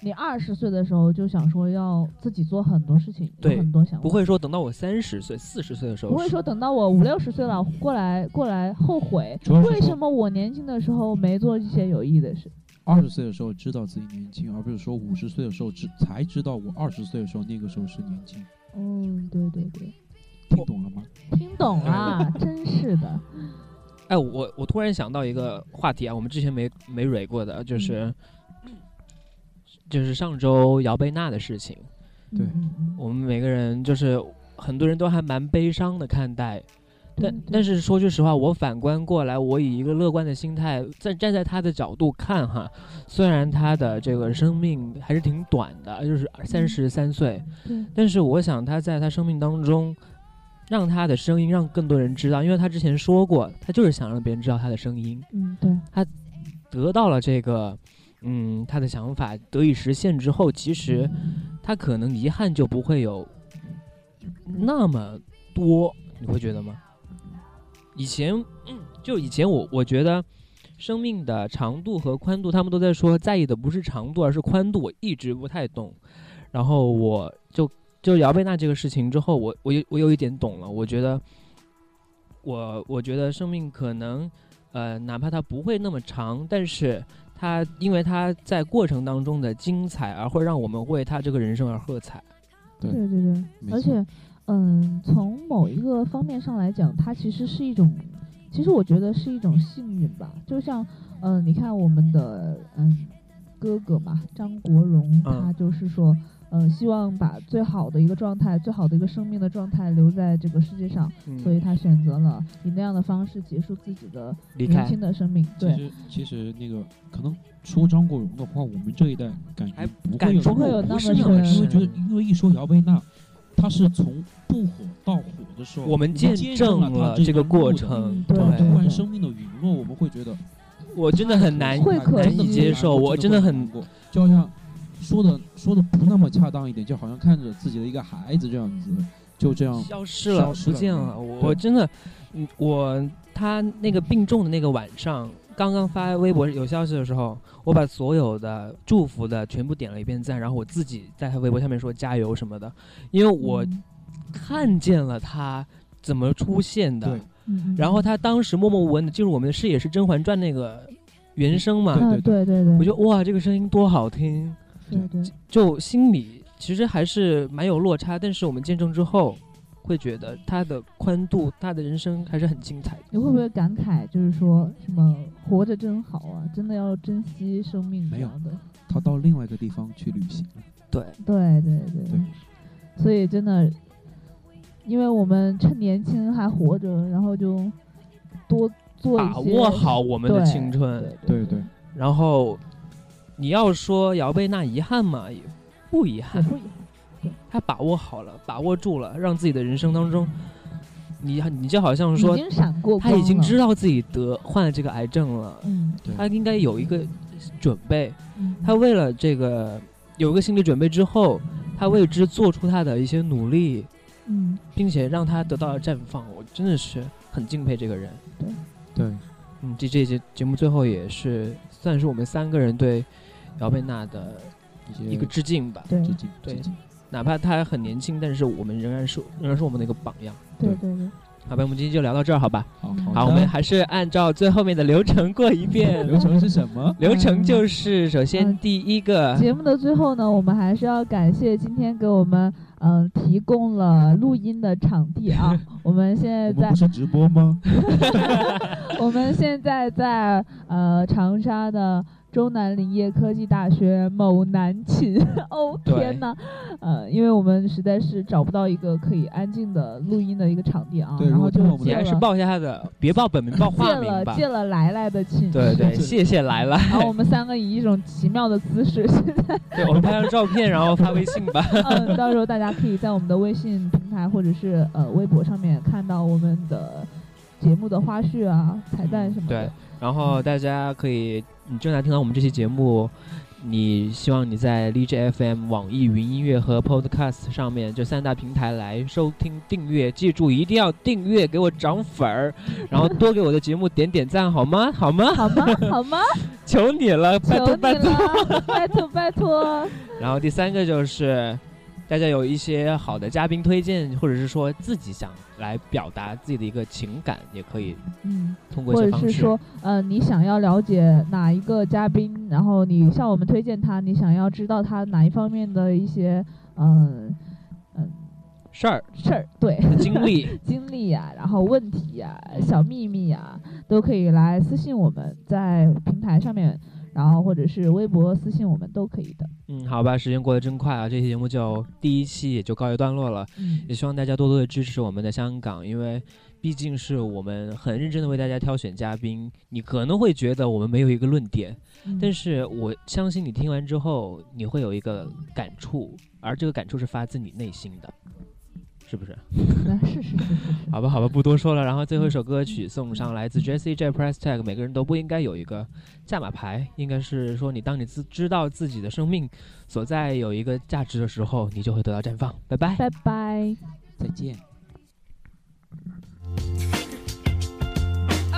S4: 你二十岁的时候就想说要自己做很多事情，有
S1: 对
S4: 很多想法，
S1: 不会说等到我三十岁、四十岁的时候，
S4: 不会说等到我五六十岁了过来过来后悔，
S5: 主要是
S4: 为什么我年轻的时候没做一些有意义的事？
S5: 二十岁的时候知道自己年轻，而不是说五十岁的时候知才知道我二十岁的时候那个时候是年轻，
S4: 嗯，对对对，
S5: 听懂了吗？
S4: 听懂 啦，真是的。
S1: 哎，我我突然想到一个话题啊，我们之前没没蕊过的，就是、
S4: 嗯
S1: 就是上周姚贝娜的事情，
S5: 对
S4: 嗯，嗯嗯
S1: 我们每个人就是很多人都还蛮悲伤的看待，
S4: 嗯对
S1: 但但是说句实话，我反观过来，我以一个乐观的心态，站站在他的角度看哈，虽然他的这个生命还是挺短的，就是三十三岁，
S4: 对
S1: 但是我想他在他生命当中，让他的声音让更多人知道，因为他之前说过，他就是想让别人知道他的声音，
S4: 嗯对，
S1: 得到了这个，嗯，他的想法得以实现之后，其实他可能遗憾就不会有那么多，你会觉得吗？以前，嗯就以前我我觉得。生命的长度和宽度，他们都在说在意的不是长度，而是宽度。我一直不太懂，然后我就就姚贝娜这个事情之后，我我有我有一点懂了。我觉得，我我觉得生命可能，呃，哪怕它不会那么长，但是它因为它在过程当中的精彩，而会让我们为他这个人生而喝彩。
S5: 对
S4: 对对对，
S5: 没
S4: 而
S5: 错
S4: 且，嗯，从某一个方面上来讲，它其实是一种，其实我觉得是一种幸运吧。就像，嗯，你看我们的嗯哥哥嘛，张国荣，
S1: 嗯
S4: 他就是说，嗯，希望把最好的一个状态，最好的一个生命的状态留在这个世界上，所以他选择了以那样的方式结束自己的
S1: 离
S4: 年
S1: 开
S4: 轻的生命。
S5: 其
S4: 对，
S5: 实其实那个可能说张国荣的话，我们这一代感
S1: 还
S5: 觉不
S1: 感
S5: 会有
S1: 触
S4: 不会有
S1: 不
S4: 那
S1: 是
S4: 么
S1: 那么
S4: 深
S5: 因为觉得
S1: 深。
S5: 因为一说姚贝娜，它是从不火到火的时候，
S1: 我们
S5: 见
S1: 见
S5: 证
S1: 证
S5: 了
S1: 了
S5: 它
S1: 这个过
S5: 一路的
S1: 程
S4: 嗯，对
S5: 它突
S4: 对
S5: 然生命的陨落，我们会觉得
S1: 我真的很难
S4: 会可
S1: 难
S4: 惜
S1: 以接受，我真的
S5: 难
S1: 很
S5: 过。就好像说的说的不那么恰当一点，就好像看着自己的一个孩子这样子，就这样
S1: 消失了，
S5: 消失
S1: 不
S5: 了
S1: 见了。
S5: 嗯
S1: 我
S5: 对
S1: 我真的，嗯我他那个病重的那个晚上，刚刚发微博有消息的时候，我把所有的祝福的全部点了一遍赞，然后我自己在他微博下面说加油什么的，因为我
S4: 嗯
S1: 看见了他怎么出现的
S5: 对，
S4: 嗯嗯
S1: 然后他当时默默无闻的进入我们的视野是《甄嬛传》那个原声嘛，
S4: 啊
S5: 对
S4: 对对对，
S1: 我觉得哇，这个声音多好听，
S4: 对对
S1: 就心里其实还是蛮有落差，但是我们见证之后，会觉得他的宽度，他的人生还是很精彩的。
S4: 你会不会感慨，就是说什么活着真好啊，真的要珍惜生命这
S5: 没有
S4: 样的？
S5: 他到另外一个地方去旅行了。
S1: 对，
S4: 对对对
S5: 对
S4: 所以真的，因为我们趁年轻还活着，然后就多做一些
S1: 把握好我们的
S4: 对
S1: 青春。
S4: 对
S5: 对，
S1: 然后，你要说姚贝娜遗憾嘛，也不遗
S4: 也
S1: 憾，
S5: 嗯
S4: 不遗憾
S1: 她把握好了，把握住了，让自己的人生当中，你你就好像
S4: 已
S1: 说，
S4: 经闪过
S1: 她已经知
S4: 道，
S1: 道自己得患了这个癌症了，
S4: 嗯，
S5: 对
S1: 她应该有一个准备。
S4: 嗯
S1: 他为了这个有一个心理准备之后，他为之做出他的一些努力，
S4: 嗯，
S1: 并且让他得到了绽放。我真的是很敬佩这个人。
S5: 对，
S1: 嗯，这这节节目最后也是算是我们三个人对姚贝娜的
S5: 一些
S1: 一个致敬吧。
S4: 对
S5: 致敬，
S1: 对
S5: 致敬。
S1: 哪怕她很年轻，但是我们仍然是仍然是我们的一个榜样。
S4: 对对对，
S1: 好吧，我们今天就聊到这儿，好吧？
S5: 好，
S1: 好，我
S5: 的
S1: 们还是按照最后面的流程过一 遍。
S5: 流程是什么？
S1: 流程就是，首先
S4: 嗯
S1: 第一个，
S4: 节目的最后呢，我们还是要感谢今天给我们嗯、呃提供了录音的场地啊。 我们现在
S5: 我们
S4: 在
S5: 不是直播吗？
S4: 我们现在在呃长沙的中南林业科技大学某南寝。 哦
S1: 对
S4: 天呐，呃，因为我们实在是找不到一个可以安静的录音的一个场地啊，
S5: 对
S4: 然
S5: 如
S4: 后
S5: 果
S4: 就
S5: 听我们
S1: 你
S4: 借
S1: 还是
S4: 了
S1: 报一下他的，别报本名，报
S4: 借
S1: 化名
S4: 了
S1: 吧。
S4: 借了来来的寝室。
S1: 对对，
S5: 是
S1: 谢谢来了。
S4: 然后我们三个以一种奇妙的姿势，
S1: 对，我们拍张照片，然后发微信吧。
S4: 嗯，到时候大家可以在我们的微信平台或者是呃微博上面看到我们的节目的花絮啊、彩蛋什么的。
S1: 对，然后大家可以，你正在听到我们这期节目，你希望你在荔枝 FM、网易云音乐和 Podcast 上面这三大平台来收听、订阅，记住一定要订阅，给我涨粉儿，然后多给我的节目点点赞，好吗？好吗？
S4: 好吗？好吗？
S1: 求你了，拜
S4: 求
S1: 托
S4: 你
S1: 拜托。
S4: 了，拜托拜托！
S1: 然后第三个就是，大家有一些好的嘉宾推荐，或者是说自己想来表达自己的一个情感，也可以
S4: 嗯，
S1: 通过
S4: 或
S1: 一些
S4: 者
S1: 方
S4: 是
S1: 式。
S4: 说，呃，你想要了解哪一个嘉宾，然后你向我们推荐他，你想要知道他哪一方面的一些，嗯、嗯、
S1: 事儿、
S4: 事儿，对，
S1: 经历，
S4: 经历呀、然后问题呀、小秘密呀、都可以来私信我们，在平台上面，然后或者是微博私信我们都可以的。
S1: 嗯，好吧，时间过得真快啊！这期节目就第一期也就告一段落了，
S4: 嗯
S1: 也希望大家多多的支持我们的香港，因为毕竟是我们很认真的为大家挑选嘉宾。你可能会觉得我们没有一个论点，
S4: 嗯
S1: 但是我相信你听完之后，你会有一个感触，而这个感触是发自你内心的，是不是？
S4: 那 是是是是是，
S1: 好吧，好吧，不多说了。然后最后一首歌曲送上，来自 Jesse J Price Tag，每个人都不应该有一个价码牌，应该是说你当你自知道自己的生命所在有一个价值的时候，你就会得到绽放。拜拜。
S4: 拜拜。
S5: 再见。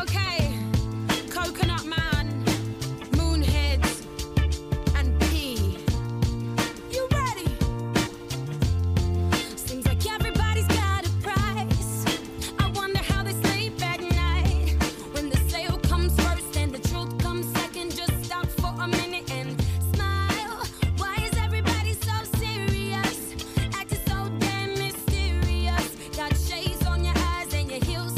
S3: Okay, Coconut Man, Moonheads, and P. You ready? Seems like everybody's got a price. I wonder how they sleep at night. When the sale comes first and the truth comes second, just stop for a minute and smile. Why is everybody so serious? Acting so damn mysterious. Got shades on your eyes and you uh,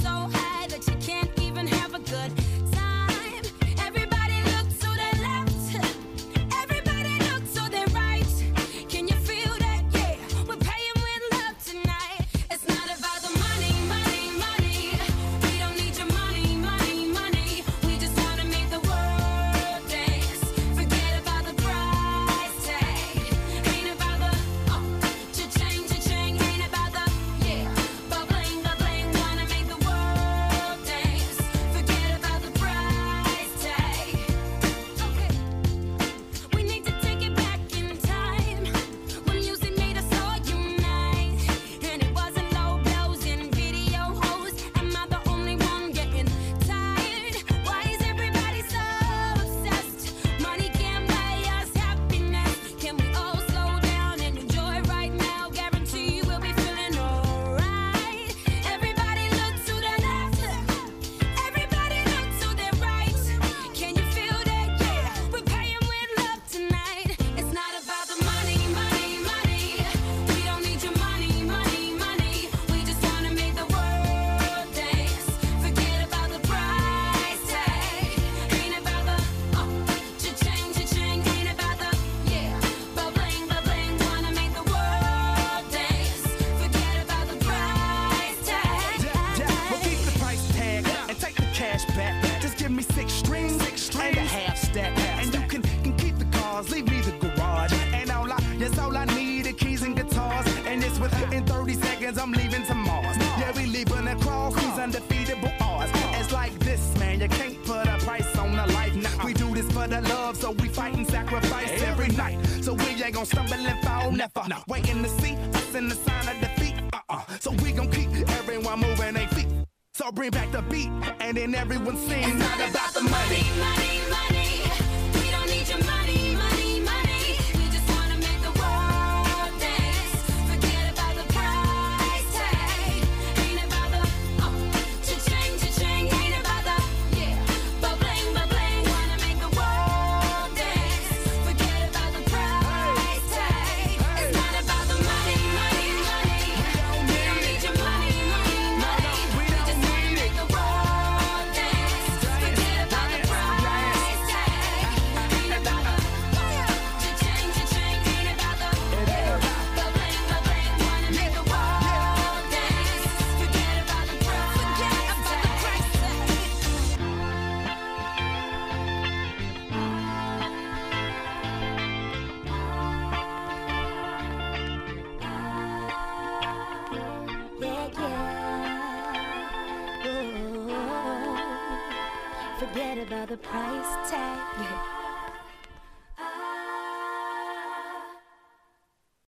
S3: uh,
S6: Martians, I'm leaving to Mars. Yeah, we leaving across these undefeatable odds. It's like this, man, you can't put a price on a life. Nah, we do this for the love, so we fight and sacrifice every night. So we ain't gonna stumble and fall, never. Waiting to see us in the sign of defeat. Uh-uh. So we gon' keep everyone moving their feet. So bring back the beat, and then everyone sings. It's not about the money.
S7: Money, money, we don't need your money, money, money. We just wanna make the world dance. Forget about the price tag. Ain't about the oh, cha-ching, cha-ching. Ain't about the yeah, but bling, but bling. Wanna make the world dance. Forget about the price tag. It's not about the money, money, money. We don't need your money, money, money. We just wanna make the world dance. Forget about the price tag. Ain't about the cha-ching, cha-ching. Ain't about the yeah, but bling, but bling. Wanna make the world dance. Forget about the price tag.
S8: 耶耶，Forget about the price tag。